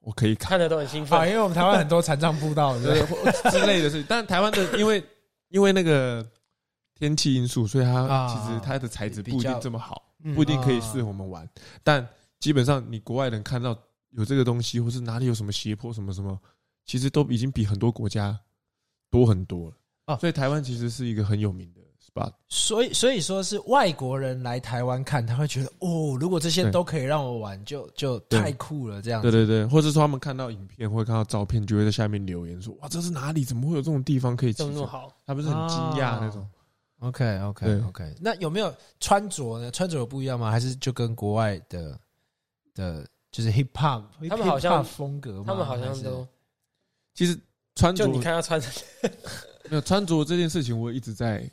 Speaker 3: 我可以看
Speaker 1: 看的都很兴
Speaker 2: 啊，
Speaker 1: 奋，
Speaker 3: 哎
Speaker 2: 因为我们台湾很多残障步道，对不
Speaker 3: 对
Speaker 2: 对？
Speaker 3: 或 *laughs* 之类的事情。但台湾的因为因为那个天气因素，所以它
Speaker 2: 啊
Speaker 3: 其实它的材质
Speaker 2: 比
Speaker 3: 不一定
Speaker 2: 较
Speaker 3: 这么好。
Speaker 1: 嗯
Speaker 3: 不一定可以适
Speaker 2: 啊
Speaker 3: 合我们玩，但基本上你国外人看到有这个东西，或是哪里有什么斜坡什么什么，其实都已经比很多国家多很多了。
Speaker 2: 啊
Speaker 3: 所以台湾其实是一个很有名的 spot。
Speaker 2: 所以所以说是外国人来台湾看，他会觉得哦，如果这些
Speaker 3: 对
Speaker 2: 都可以让我玩，就就
Speaker 3: 对
Speaker 2: 太酷了，这样
Speaker 3: 对
Speaker 2: 子。
Speaker 3: 对对，或者说他们看到影片或者看到照片，就会在下面留言说：“哇，这是哪里？怎么会有这种地方可以骑
Speaker 1: 怎么那么
Speaker 3: 车
Speaker 1: 好？？”
Speaker 3: 他们是很惊讶那种。
Speaker 2: OK OK
Speaker 3: 对
Speaker 2: OK，那有没有穿着呢？穿着有不一样吗？还是就跟国外的的，就是 hip hop，
Speaker 1: 他们好像
Speaker 2: hip hop 风格吗，
Speaker 1: 他们好
Speaker 2: 还
Speaker 1: 像
Speaker 2: 是
Speaker 1: 都
Speaker 3: 其实穿着
Speaker 1: 就你看他穿的，
Speaker 3: 没有穿着这件事情，我一直在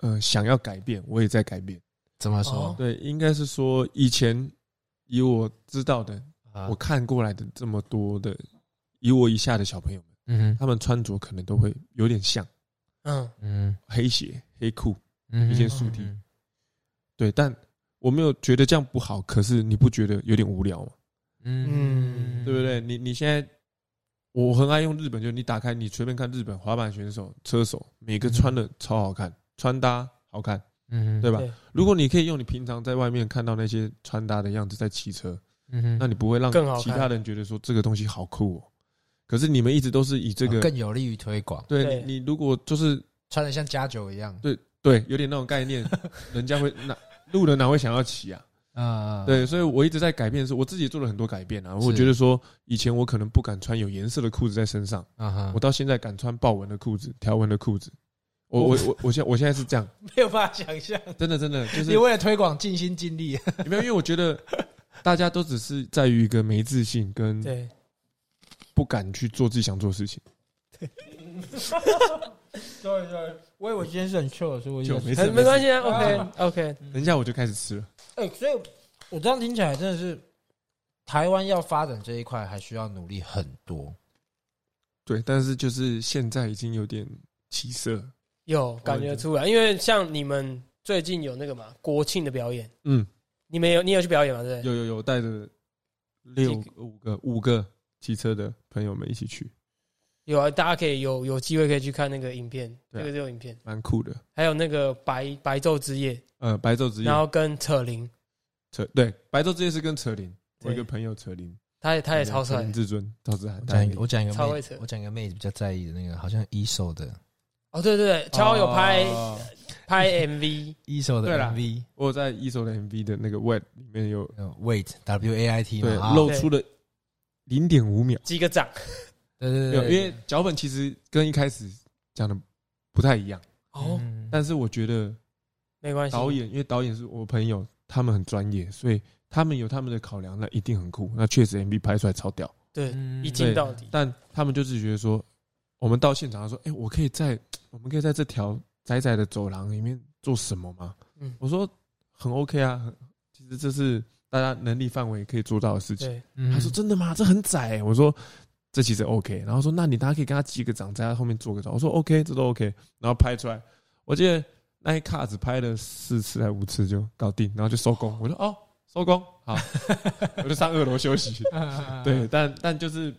Speaker 3: 呃想要改变，我也在改变。
Speaker 2: 怎么
Speaker 1: 哦
Speaker 2: 说？
Speaker 3: 对，应该是说以前以我知道的
Speaker 2: 啊
Speaker 3: 我看过来的这么多的，以我以下的小朋友们，
Speaker 2: 嗯哼
Speaker 3: 他们穿着可能都会有点像
Speaker 1: 嗯，
Speaker 2: 嗯
Speaker 3: 黑鞋、黑裤，
Speaker 2: 嗯
Speaker 3: 一件素 T
Speaker 2: 嗯
Speaker 3: 对。但我没有觉得这样不好，可是你不觉得有点无聊吗？
Speaker 1: 嗯
Speaker 3: 对不？对？你你现在，我很爱用日本，就是你打开你随便看日本滑板选手、车手，每个穿的超好看，穿搭好看，
Speaker 2: 嗯
Speaker 3: 对吧？
Speaker 1: 对
Speaker 3: 如果你可以用你平常在外面看到那些穿搭的样子在骑车，
Speaker 2: 嗯哼
Speaker 3: 那你不会让
Speaker 1: 更好看
Speaker 3: 其他人觉得说这个东西好酷哦。可是你们一直都是以这个
Speaker 2: 哦更有利于推广，
Speaker 3: 对
Speaker 1: 对
Speaker 3: 你，你如果就是
Speaker 2: 穿的像加酒一样。
Speaker 3: 对，有点那种概念，
Speaker 2: *laughs*
Speaker 3: 人家会哪路人哪会想要骑啊？
Speaker 2: 啊，
Speaker 3: 对，所以我一直在改变的是，我自己也做了很多改变啊。
Speaker 2: 是
Speaker 3: 我觉得说，以前我可能不敢穿有颜色的裤子在身上，
Speaker 1: *laughs*
Speaker 2: 啊哈
Speaker 3: 我，到现在敢穿豹纹的裤子、条纹的裤子，我我我我现在我现在是这样，
Speaker 2: *laughs* 没有办法想象，
Speaker 3: 真的真的就是嗯
Speaker 2: 你为了推广尽心尽力，
Speaker 3: 没有，因为我觉得大家都只是在于一个没自信跟
Speaker 1: 对，
Speaker 3: 不敢去做自己想做的事情，
Speaker 2: 对对，我以为今天是很 chill，所以我
Speaker 3: 就没
Speaker 1: 可
Speaker 3: 事嗯
Speaker 1: 没关系啊
Speaker 2: 没事
Speaker 1: ，OK OK，
Speaker 3: 等一下我就开始吃了。
Speaker 2: 哎、所以我这样听起来真的是，台湾要发展这一块还需要努力很多。
Speaker 3: 对，但是就是现在已经有点起色，
Speaker 1: 有感觉出来，因为像你们最近有那个嘛国庆的表演，
Speaker 3: 嗯，
Speaker 1: 你们有你有去表演吗？对不对？
Speaker 3: 有有有带着六
Speaker 1: 几
Speaker 3: 五个五个骑车的朋友们一起去，
Speaker 1: 有啊，大家可以有有机会可以去看那个影片，那
Speaker 3: 对啊
Speaker 1: 个这个影片，
Speaker 3: 蛮酷的。
Speaker 1: 还有那个白白昼之夜，
Speaker 3: 呃，白昼之夜
Speaker 1: 然后跟扯铃，
Speaker 3: 扯对，白昼之夜是跟扯铃，我
Speaker 1: 对
Speaker 3: 一个朋友扯铃，
Speaker 1: 他也他也超
Speaker 3: 扯
Speaker 1: 帅
Speaker 3: 铃至尊赵子涵，
Speaker 2: 讲一个我讲一个
Speaker 1: 超
Speaker 2: 妹
Speaker 1: 会
Speaker 2: 子
Speaker 1: 扯，
Speaker 2: 我讲一个妹子比较在意的那个，好像一手的
Speaker 1: 哦，对对对，超有拍
Speaker 3: 哦
Speaker 1: 拍 MV，
Speaker 2: 一手的
Speaker 3: 对啦
Speaker 2: MV，
Speaker 3: 我有在一手的 MV 的那个 Wet 里面有
Speaker 2: 呃 wait W A I T 嘛，
Speaker 3: 对
Speaker 2: 啊
Speaker 3: 露出了零点五秒，
Speaker 1: 几个掌
Speaker 2: 对对
Speaker 3: 没
Speaker 2: 对
Speaker 3: 有，
Speaker 2: 对，
Speaker 3: 因为脚本其实跟一开始讲的不太一样，
Speaker 1: 哦，
Speaker 2: 嗯
Speaker 3: 但是我觉得
Speaker 1: 没关系，
Speaker 3: 导演，因为导演是我朋友，他们很专业，所以他们有他们的考量，那一定很酷。那确实 MV 拍出来超屌，
Speaker 1: 对
Speaker 2: 嗯
Speaker 1: 一镜到底，
Speaker 3: 但他们就是觉得说，我们到现场他说，哎、我可以在我们可以在这条窄窄的走廊里面做什么吗？
Speaker 1: 嗯
Speaker 3: 我说很 OK 啊，很其实这是大家能力范围可以做到的事情。
Speaker 1: 对，
Speaker 2: 嗯
Speaker 3: 他说
Speaker 2: *laughs*
Speaker 3: 真的吗？这很窄欸、我说这其实 OK。然后说那你大家可以跟他击个掌，在他后面做个掌。我说 OK，这都 OK。然后拍出来，我记得那一卡只拍了四次还五次就搞定，然后就收工。我说哦，收工好，我就上二楼休息。对，但但就是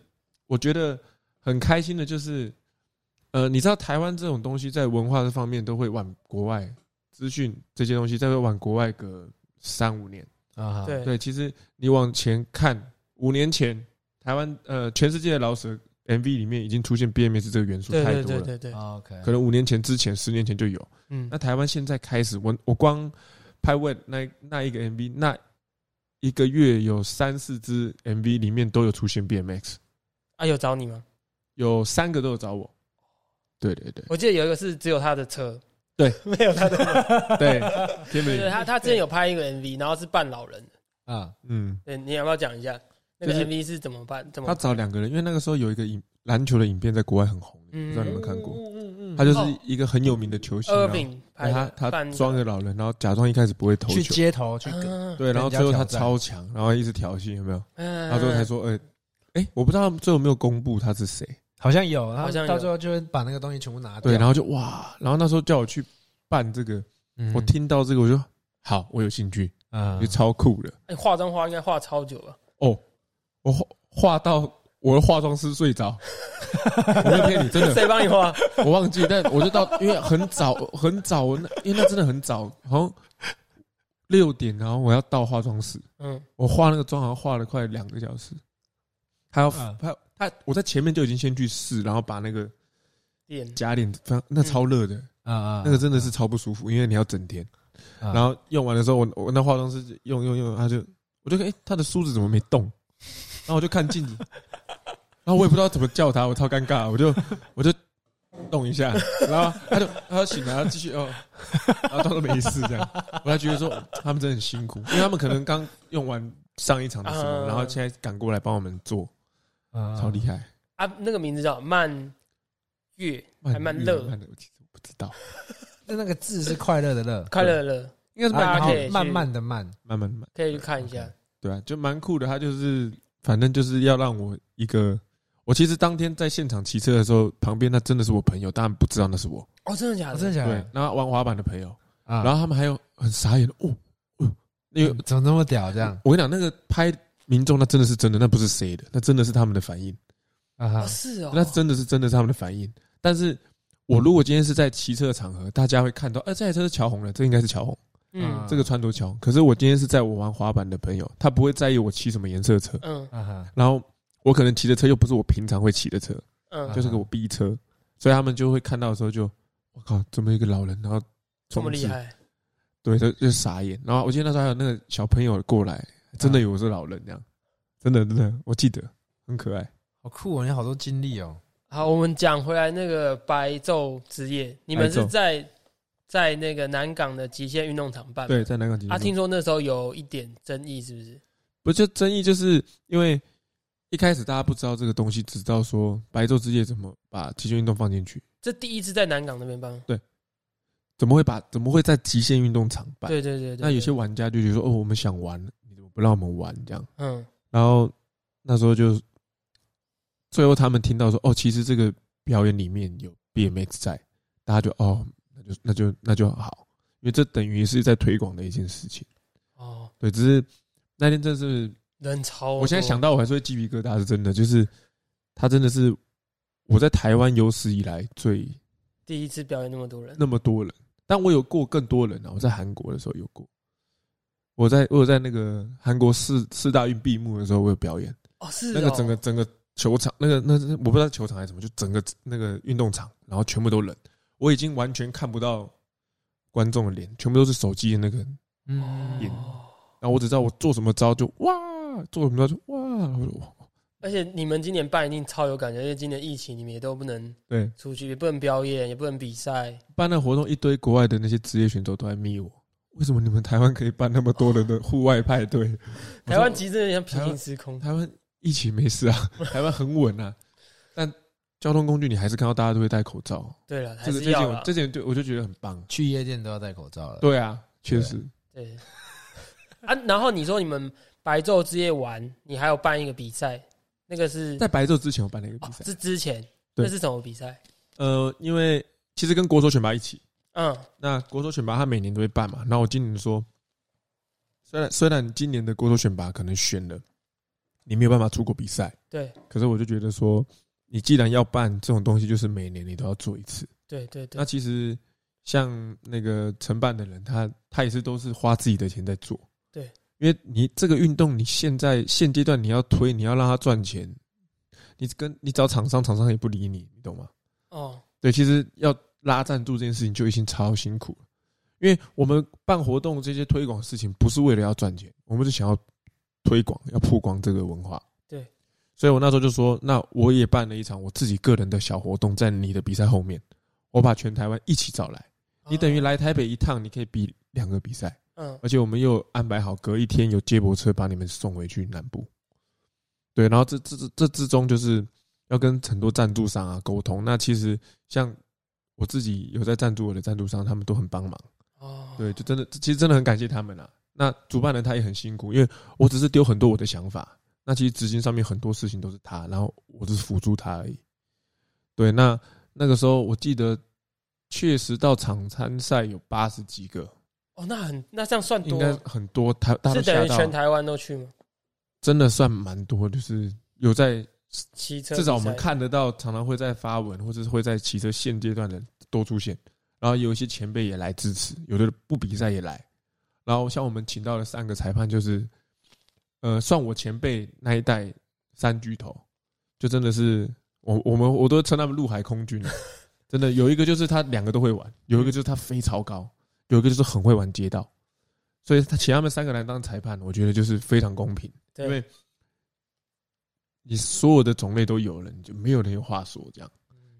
Speaker 3: 我觉得很开心的，就是呃，你知道台湾这种东西在文化这方面都会往国外资讯这些东西，再会往国外个三五年。
Speaker 2: 啊，
Speaker 1: 对
Speaker 3: 对，其实你往前看，五年前台湾呃，全世界的老舍 MV 里面已经出现 BMS 这个元素
Speaker 1: 对
Speaker 3: 太
Speaker 1: 对
Speaker 3: 多
Speaker 1: 对
Speaker 3: 了，
Speaker 1: 对对，
Speaker 2: 啊，OK，
Speaker 3: 可能五年前之前、十年前就有。
Speaker 1: 嗯
Speaker 3: 那，台湾现在开始，我我光拍 Wet 那那一个 MV，那一个月有三四支 MV 里面都有出现 BMX，
Speaker 1: 啊，有找你吗？
Speaker 3: 有三个都有找我。对对对
Speaker 1: 我记得有一个是只有他的车，
Speaker 3: 对，
Speaker 1: *laughs* 没有他的，
Speaker 3: *laughs* 对，天
Speaker 1: 对对，
Speaker 3: 美，
Speaker 1: 他他之前有拍一个 MV，然后是扮老人的，
Speaker 2: 啊，
Speaker 3: 嗯，
Speaker 1: 对，你要不要讲一下那
Speaker 3: 就
Speaker 1: 个
Speaker 3: 是
Speaker 1: MV 是怎么办？怎么
Speaker 3: 他找两个人，因为那个时候有一个影篮球的影片在国外很红，不知道你们看过？
Speaker 2: 嗯嗯
Speaker 3: 他就是
Speaker 1: 哦
Speaker 3: 一个很有名的球星，
Speaker 1: 二
Speaker 3: 然后
Speaker 1: 饼拍
Speaker 3: 啊他
Speaker 1: 的
Speaker 3: 他
Speaker 1: 扮
Speaker 3: 装个老人，然后假装一开始不会投
Speaker 2: 去
Speaker 3: 球，
Speaker 2: 街头去跟
Speaker 1: 啊
Speaker 3: 对，然后
Speaker 2: 跟人家
Speaker 3: 最后他
Speaker 2: 挑战
Speaker 3: 超强，然后一直挑衅，有没有？
Speaker 1: 嗯
Speaker 3: 然后最后才说，哎哎，我不知道他们最后有没有公布他是谁，
Speaker 2: 好像有，然后
Speaker 1: 好像有
Speaker 2: 到最后就会把那个东西全部拿掉。
Speaker 3: 对，然后就哇，然后那时候叫我去办这个，
Speaker 2: 嗯
Speaker 3: 我听到这个我就好，我有兴趣，
Speaker 2: 啊
Speaker 3: 就超酷的。
Speaker 1: 哎化妆化应该化超久
Speaker 3: *laughs*
Speaker 1: 吧？
Speaker 3: 我画画到我的化妆师睡着，我没有骗你，真
Speaker 2: *laughs*
Speaker 3: 的，
Speaker 1: 谁帮你
Speaker 3: *laughs*
Speaker 1: 化？
Speaker 3: 我忘记，但我就到，因为很早很早，我那因为那真的很早，好像六点，然后我要到化妆室。
Speaker 1: 嗯，
Speaker 3: 我化那个妆好像化了快两个小时，还要
Speaker 2: 嗯
Speaker 3: 还要他我在前面就已经先去试，然后把那个
Speaker 1: 脸
Speaker 3: 假脸，反正那超热的，
Speaker 2: 啊啊
Speaker 3: 那个真的是超不舒服，因为你要整天。
Speaker 2: 啊
Speaker 3: 然后用完的时候，我我那化妆师用用用，他就我就哎、诶他的梳子怎么没动？然后我就看
Speaker 2: *laughs*
Speaker 3: 镜子，然后我也不知道怎么叫他，我超尴尬，我就我就动一下，然后他就他就醒来，他继续哦，然后当做没事这样。我还觉得说他们真的很辛苦，因为他们可能刚用完上一场的时候，
Speaker 1: 嗯
Speaker 3: 然后现在赶过来帮我们做，
Speaker 2: 啊
Speaker 3: 超厉害。
Speaker 1: 啊，那个名字叫慢月，还慢乐，
Speaker 3: 慢的，我其实不知道，
Speaker 2: 那那个字是快乐的乐，
Speaker 1: 快乐乐，
Speaker 3: 应该是
Speaker 1: 啊
Speaker 3: 慢
Speaker 2: 然
Speaker 1: 大家
Speaker 2: 后
Speaker 1: 可以去
Speaker 2: 慢慢的慢，
Speaker 3: 慢慢慢。
Speaker 1: 可以去看一下。
Speaker 3: 对啊，就蛮酷的。他就是反正就是要让我一个，我其实当天在现场骑车的时候，旁边那真的是我朋友，当然不知道那是我。
Speaker 1: 哦，真的假
Speaker 2: 啊
Speaker 1: 的？
Speaker 2: 真的假
Speaker 3: 对
Speaker 2: 的？，
Speaker 3: 然后玩滑板的朋友，
Speaker 2: 啊
Speaker 3: 然后他们还有很傻眼的，哦，哦因为
Speaker 2: 嗯怎么那么屌这样
Speaker 3: 我跟你讲，那个拍民众那真的是真的，那不是谁的，那真的是他们的反应，
Speaker 2: 啊哈
Speaker 1: 哦，是哦，
Speaker 3: 那真的是真的是他们的反应。但是我如果今天是在骑车的场合，大家会看到，哎、这台车是乔红的，这应该是乔红，
Speaker 1: 嗯
Speaker 3: 啊这个穿着乔红。可是我今天是在我玩滑板的朋友，他不会在意我骑什么颜色的车，
Speaker 1: 嗯
Speaker 2: 啊哈
Speaker 3: 然后我可能骑的车又不是我平常会骑的车，
Speaker 1: 嗯，
Speaker 3: 就是个我 B 车，所以他们就会看到的时候就，我靠，怎么有一个老人，然后
Speaker 1: 这么
Speaker 3: 装
Speaker 1: 厉，
Speaker 3: 置
Speaker 1: 害，
Speaker 3: 对，就就傻眼。然后我记得那时候还有那个小朋友过来，真的以为我
Speaker 1: 嗯
Speaker 3: 是老人这样，真的真的，我记得很可爱。
Speaker 2: 好酷哦，你好多经历哦。
Speaker 1: 好，我们讲回来那个白昼之夜，你们
Speaker 3: 白
Speaker 1: 是
Speaker 3: 昼
Speaker 1: 在在那个南港的极限运动场办吗？
Speaker 3: 对，在南港体育
Speaker 1: 啊，
Speaker 3: 中
Speaker 1: 听说那时候有一点争议，是不是？
Speaker 3: 不就争议，就是因为一开始大家不知道这个东西，只知道说白昼之夜怎么把极限运动放进去，
Speaker 1: 这第一次在南港那边办吗，
Speaker 3: 怎么会把怎么会在极限运动场办？
Speaker 1: 对对对对
Speaker 3: 那有些
Speaker 1: 对
Speaker 3: 玩家就觉得说，哦，我们想玩，你怎么不让我们玩这样？
Speaker 1: 嗯
Speaker 3: 然后那时候就最后他们听到说，哦，其实这个表演里面有 BMX 在，大家就哦，那就那就那就好，因为这等于是在推广的一件事情。
Speaker 1: 哦，
Speaker 3: 对，只是那天真是
Speaker 1: 人超多，
Speaker 3: 我现在想到我还是会鸡皮疙瘩，是真的，就是他真的是我在台湾有史以来最
Speaker 1: 第一次表演那么多人，
Speaker 3: 那么多人，但我有过更多人啊，我在韩国的时候有过。我在我有在那个韩国四四大运闭幕的时候，我有表演，
Speaker 1: 哦是
Speaker 3: 那个
Speaker 1: 哦
Speaker 3: 整个整个球场，那个那是我不知道球场还是什么，就整个那个运动场，然后全部都人，我已经完全看不到观众的脸，全部都是手机的那个，然
Speaker 2: 嗯
Speaker 3: 演
Speaker 1: 哦
Speaker 3: 后我只知道我做什么招就哇，做什么招就哇，我就哇
Speaker 1: 而且你们今年办一定超有感觉，因为今年疫情你们也都不能
Speaker 3: 对，
Speaker 1: 出去，也不能表演，也不能比赛，
Speaker 3: 办那活动一堆国外的那些职业选手都在密我，为什么你们台湾可以办那么多人的户外派对？ *laughs* 我说
Speaker 1: 台湾其实真的像平行时空，
Speaker 3: 台湾疫情没事啊， *laughs* 台湾很稳啊，但交通工具你还是看到大家都会戴口罩，
Speaker 1: 对了，
Speaker 3: 这
Speaker 1: 还
Speaker 3: 个
Speaker 1: 是
Speaker 3: 这点
Speaker 1: 要
Speaker 3: 我
Speaker 1: 啦
Speaker 3: 这点对我就觉得很棒。
Speaker 2: 去夜店都要戴口罩了。
Speaker 3: 对啊，确实。 *laughs*
Speaker 1: 对啊。然后你说你们白昼之夜玩，你还有办一个比赛，那个是
Speaker 3: 在白昼之前，我办了一个
Speaker 1: 哦
Speaker 3: 比赛，
Speaker 1: 是之前，
Speaker 3: 对
Speaker 1: 那是什么比赛？
Speaker 3: 呃，因为其实跟国手选拔一起，
Speaker 1: 嗯，
Speaker 3: 那国手选拔他每年都会办嘛。那我今年说，虽然虽然今年的国手选拔可能选了，你没有办法出国比赛，
Speaker 1: 对
Speaker 3: 可是我就觉得说，你既然要办这种东西，就是每年你都要做一次。
Speaker 1: 对对对
Speaker 3: 那，其实像那个承办的人，他他也是都是花自己的钱在做。
Speaker 1: 对，
Speaker 3: 因为你这个运动，你现在现阶段你要推，你要让它赚钱，你跟你找厂商，厂商也不理你，你懂吗？
Speaker 1: 哦，
Speaker 3: 对，其实要拉赞助这件事情就已经超辛苦了，因为我们办活动这些推广事情不是为了要赚钱，我们是想要推广、要曝光这个文化。
Speaker 1: 对，
Speaker 3: 所以我那时候就说，那我也办了一场我自己个人的小活动，在你的比赛后面，我把全台湾一起找来，你等于
Speaker 1: 哦
Speaker 3: 来台北一趟，你可以比两个比赛，
Speaker 1: 嗯
Speaker 3: 而且我们又安排好隔一天有接驳车把你们送回去南部。对，然后这这这这之中就是要跟很多赞助商啊沟通。那其实像我自己有在赞助我的赞助商，他们都很帮忙。
Speaker 1: 哦，
Speaker 3: 对，就真的其实真的很感谢他们啊。那主办人他也很辛苦，因为我只是丢很多我的想法，那其实执行上面很多事情都是他，然后我只是辅助他而已。对，那那个时候我记得确实到场参赛有八十几个，
Speaker 1: 哦，那很那这样算
Speaker 3: 应
Speaker 1: 多，
Speaker 3: 该很多，台大家
Speaker 1: 是
Speaker 3: 都吓
Speaker 1: 等于全
Speaker 3: 到，
Speaker 1: 台湾都去吗？
Speaker 3: 真的算蛮多，就是有在
Speaker 1: 骑车
Speaker 3: 至少我们
Speaker 1: 比赛
Speaker 3: 看得到，常常会在发文或者是会在骑车现阶段的多出现，然后有一些前辈也来支持，有的不比赛也来，然后像我们请到了三个裁判，就是呃，算我前辈那一代三巨头，就真的是我我们我都称他们陆海空
Speaker 1: *laughs*
Speaker 3: 军了，真的有一个就是他两个都会玩，有一个就是他飞超高，有一个就是很会玩街道，所以他请他们三个来当裁判，我觉得就是非常公平。
Speaker 1: 对
Speaker 3: 因为你所有的种类都有了，你就没有人有话说，这样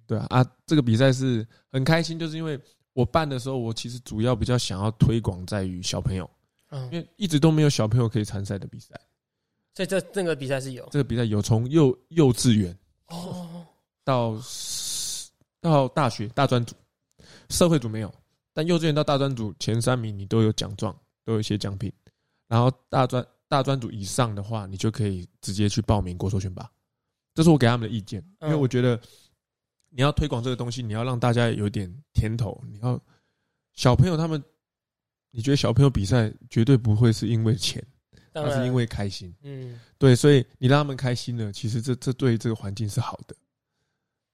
Speaker 3: 对啊啊！这个比赛是很开心，就是因为我办的时候，我其实主要比较想要推广在于小朋友，因
Speaker 1: 嗯，
Speaker 3: 为一直都没有小朋友可以参赛的比赛。
Speaker 1: 所以这那个比赛是有
Speaker 3: 这个比赛有从幼幼稚园
Speaker 1: 哦，
Speaker 3: 到到大学大专组，社会组没有，但幼稚园到大专组前三名你都有奖状，都有一些奖品。然后大专大专组以上的话，你就可以直接去报名国手选拔。这是我给他们的意见，因
Speaker 1: 嗯
Speaker 3: 为我觉得你要推广这个东西，你要让大家有一点甜头，你要小朋友他们，你觉得小朋友比赛绝对不会是因为钱，
Speaker 1: 当
Speaker 3: 那
Speaker 1: 然
Speaker 3: 是因为开心。
Speaker 1: 嗯
Speaker 3: 对，所以你让他们开心了，其实这这对这个环境是好的。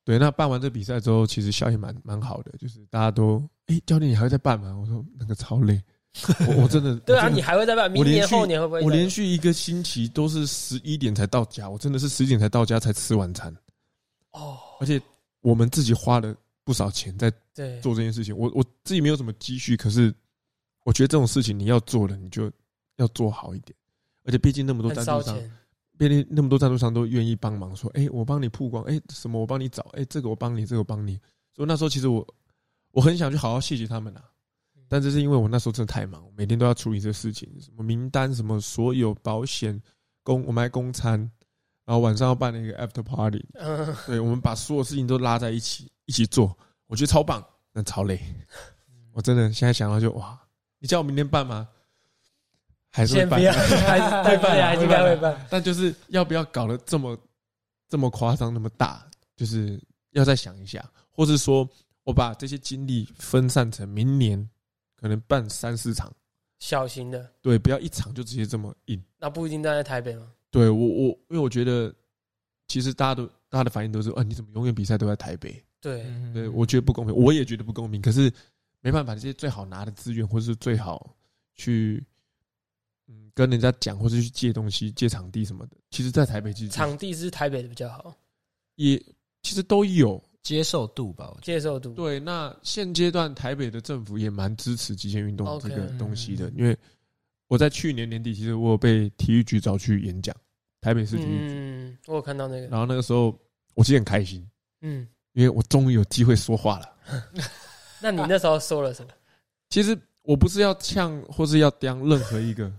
Speaker 3: 对，那办完这比赛之后，其实效益蛮蛮好的，就是大家都，哎、教练你还会再办吗？我说那个超累，我我
Speaker 1: *laughs*
Speaker 3: 真的，
Speaker 1: 对啊，
Speaker 3: 我真的
Speaker 1: 你还会再办？明
Speaker 3: 我连
Speaker 1: 年
Speaker 3: 续
Speaker 1: 后年会不会再？
Speaker 3: 我连续一个星期都是十一点才到家，我真的是十一点才到家才吃晚餐，
Speaker 1: 哦，
Speaker 3: 而且我们自己花了不少钱在
Speaker 1: 对，
Speaker 3: 做这件事情，我我自己没有什么积蓄，可是我觉得这种事情你要做了，你就要做好一点，而且毕竟那么多
Speaker 1: 很
Speaker 3: 赞
Speaker 1: 烧
Speaker 3: 助商，
Speaker 1: 钱，
Speaker 3: 便利那么多赞助商都愿意帮忙，说，哎、我帮你曝光，哎、什么我帮你找，哎、这个我帮你，这个我帮你。所以那时候其实我我很想去好好谢谢他们啊，但这是因为我那时候真的太忙，每天都要处理这事情，什么名单，什么所有保险公，我们还公餐，然后晚上要办那个 after party，
Speaker 1: 嗯，
Speaker 3: 对，我们把所有事情都拉在一起一起做，我觉得超棒，但超累。我真的现在想到就哇，你叫我明天办吗？ *laughs* 还是会
Speaker 1: 先不
Speaker 3: 办，
Speaker 1: 要，还 *laughs* 是
Speaker 3: 会办啊
Speaker 1: 还是应该会办。
Speaker 3: 但就是要不要搞得这么这么夸张，那么大，就是要再想一下，或是说我把这些精力分散成明年可能办三四场，
Speaker 1: 小型的，
Speaker 3: 对，不要一场就直接这么硬。
Speaker 1: 那不一定站在台北嘛。
Speaker 3: 对我我因为我觉得其实大家都大家的反应都是，啊，你怎么永远比赛都在台北？
Speaker 1: 对，
Speaker 2: 嗯
Speaker 3: 对，我觉得不公平，我也觉得不公平。可是没办法，这些最好拿的资源，或是最好去嗯跟人家讲，或是去借东西、借场地什么的，其实，在台北其实
Speaker 1: 场地是台北的比较好，
Speaker 3: 也其实都有。
Speaker 2: 接受度吧，我觉
Speaker 1: 接受度。
Speaker 3: 对，那现阶段台北的政府也蛮支持极限运动
Speaker 1: OK，
Speaker 3: 这个东西的，
Speaker 2: 嗯
Speaker 3: 因为我在去年年底，其实我有被体育局找去演讲，台北市体育局，
Speaker 1: 嗯，我有看到那个，
Speaker 3: 然后那个时候我其实很开心，
Speaker 1: 嗯，
Speaker 3: 因为我终于有机会说话了。
Speaker 1: 那你那时候说了什么？
Speaker 3: 其实我不是要呛或是要刁任何一个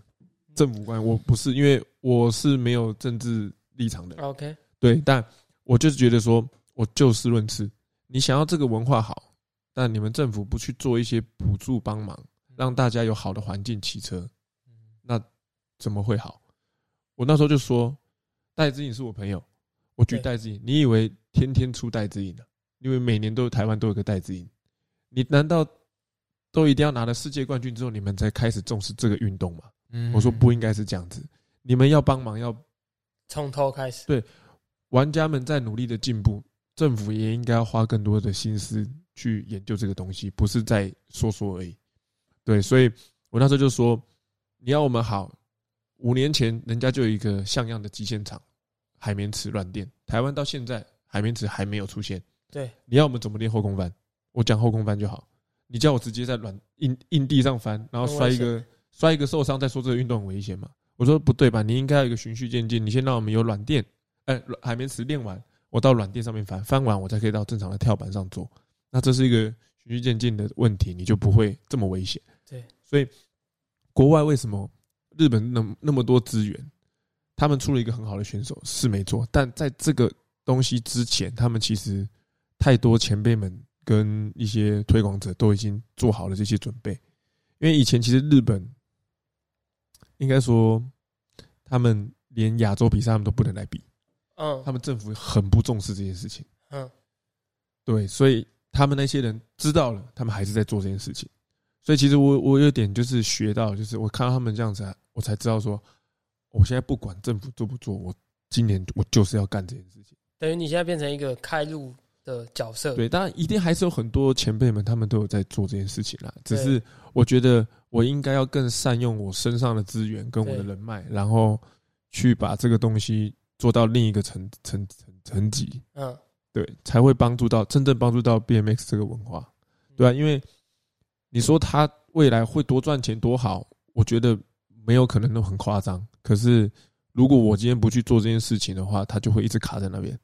Speaker 3: 政府官，我不是，因为我是没有政治立场的，
Speaker 1: OK，
Speaker 3: 对，但我就是觉得说，我就事论事，你想要这个文化好，但你们政府不去做一些补助帮忙，让大家有好的环境骑车，那怎么会好？我那时候就说，戴志颖是我朋友，我举
Speaker 1: 对
Speaker 3: 戴志颖，你以为天天出戴志颖啊？因为每年都有台湾都有个戴志颖，你难道都一定要拿了世界冠军之后，你们才开始重视这个运动吗？
Speaker 2: 得嗯
Speaker 3: 我说不应该是这样子，你们要帮忙，要
Speaker 1: 从头开始。
Speaker 3: 玩家们在努力的进步，政府也应该要花更多的心思去研究这个东西，不是在说说而已。对，所以我那时候就说，你要我们好，五年前人家就有一个像样的极限场，海绵池软垫，台湾到现在海绵池还没有出现。
Speaker 1: 对，
Speaker 3: 你要我们怎么练后空翻？我讲后空翻就好，你叫我直接在软硬硬地上翻，然后摔一
Speaker 1: 很
Speaker 3: 个摔一个受伤，再说这个运动很危险嘛？我说不对吧？你应该要有一个循序渐进，你先让我们有软垫，哎、软海绵池练完，我到软垫上面翻，翻完我才可以到正常的跳板上做。那这是一个循序渐进的问题，你就不会这么危险。
Speaker 1: 对，
Speaker 3: 所以国外为什么日本那么那么多资源？他们出了一个很好的选手是没错，但在这个东西之前，他们其实太多前辈们跟一些推广者都已经做好了这些准备，因为以前其实日本应该说他们连亚洲比赛他们都不能来比，
Speaker 1: 嗯
Speaker 3: 他，们政府很不重视这件事情。
Speaker 1: 嗯，
Speaker 3: 对，所以他们那些人知道了，他们还是在做这件事情。所以其实我我有点就是学到，就是我看到他们这样子啊，我才知道说，我现在不管政府做不做，我今年我就是要干这件事情。
Speaker 1: 等于你现在变成一个开路的角色。
Speaker 3: 对，当然一定还是有很多前辈们，他们都有在做这件事情啦。只是我觉得我应该要更善用我身上的资源跟我的
Speaker 1: 对
Speaker 3: 人脉，然后去把这个东西做到另一个层层层层级，
Speaker 1: 嗯，
Speaker 3: 对，才会帮助到真正帮助到 BMX 这个文化，对啊，因为你说他未来会多赚钱多好，我觉得没有可能都很夸张。可是如果我今天不去做这件事情的话，他就会一直卡在那边。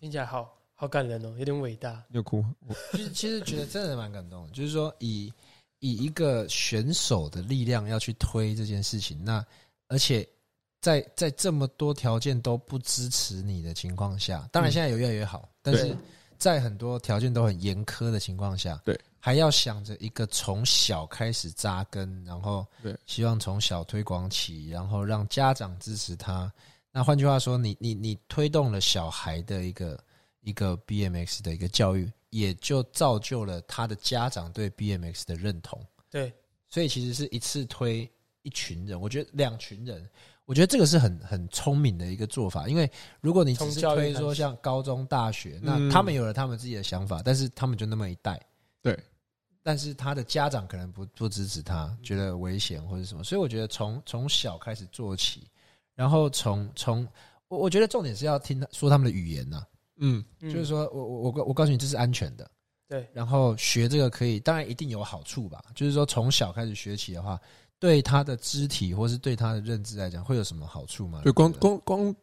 Speaker 1: 听起来好好感人哦，有点伟大。
Speaker 3: 你有哭吗？我
Speaker 2: 其实其实觉得真的蛮感动的，就是说以以一个选手的力量要去推这件事情，那而且在在这么多条件都不支持你的情况下，当然
Speaker 3: 嗯
Speaker 2: 现在有越来越好，但是在很多条件都很严苛的情况下，
Speaker 3: 对，
Speaker 2: 还要想着一个从小开始扎根，然后
Speaker 3: 对，
Speaker 2: 希望从小推广起，然后让家长支持他。那换句话说，你你你推动了小孩的一个一个 BMX 的一个教育，也就造就了他的家长对 BMX 的认同。
Speaker 1: 对，
Speaker 2: 所以其实是一次推一群人，我觉得两群人，我觉得这个是很很聪明的一个做法。因为如果你只是
Speaker 1: 从教育
Speaker 2: 推
Speaker 1: 开
Speaker 2: 说
Speaker 1: 始
Speaker 2: 像高中、大学，
Speaker 3: 嗯
Speaker 2: 那他们有了他们自己的想法，但是他们就那么一代，
Speaker 3: 对。
Speaker 2: 但是他的家长可能不不支持他，觉得危险或者什么，所以我觉得从从小开始做起，然后从从我我觉得重点是要听他说他们的语言呐、
Speaker 3: *laughs*
Speaker 2: 啊
Speaker 3: 嗯，
Speaker 1: 嗯
Speaker 2: 就是说我我我告我告诉你这是安全的，
Speaker 1: 对
Speaker 2: 然后学这个可以，当然一定有好处吧。就是说从小开始学起的话，对他的肢体或是对他的认知来讲，会有什么好处吗？
Speaker 3: 对，光
Speaker 2: 你觉得
Speaker 3: 光光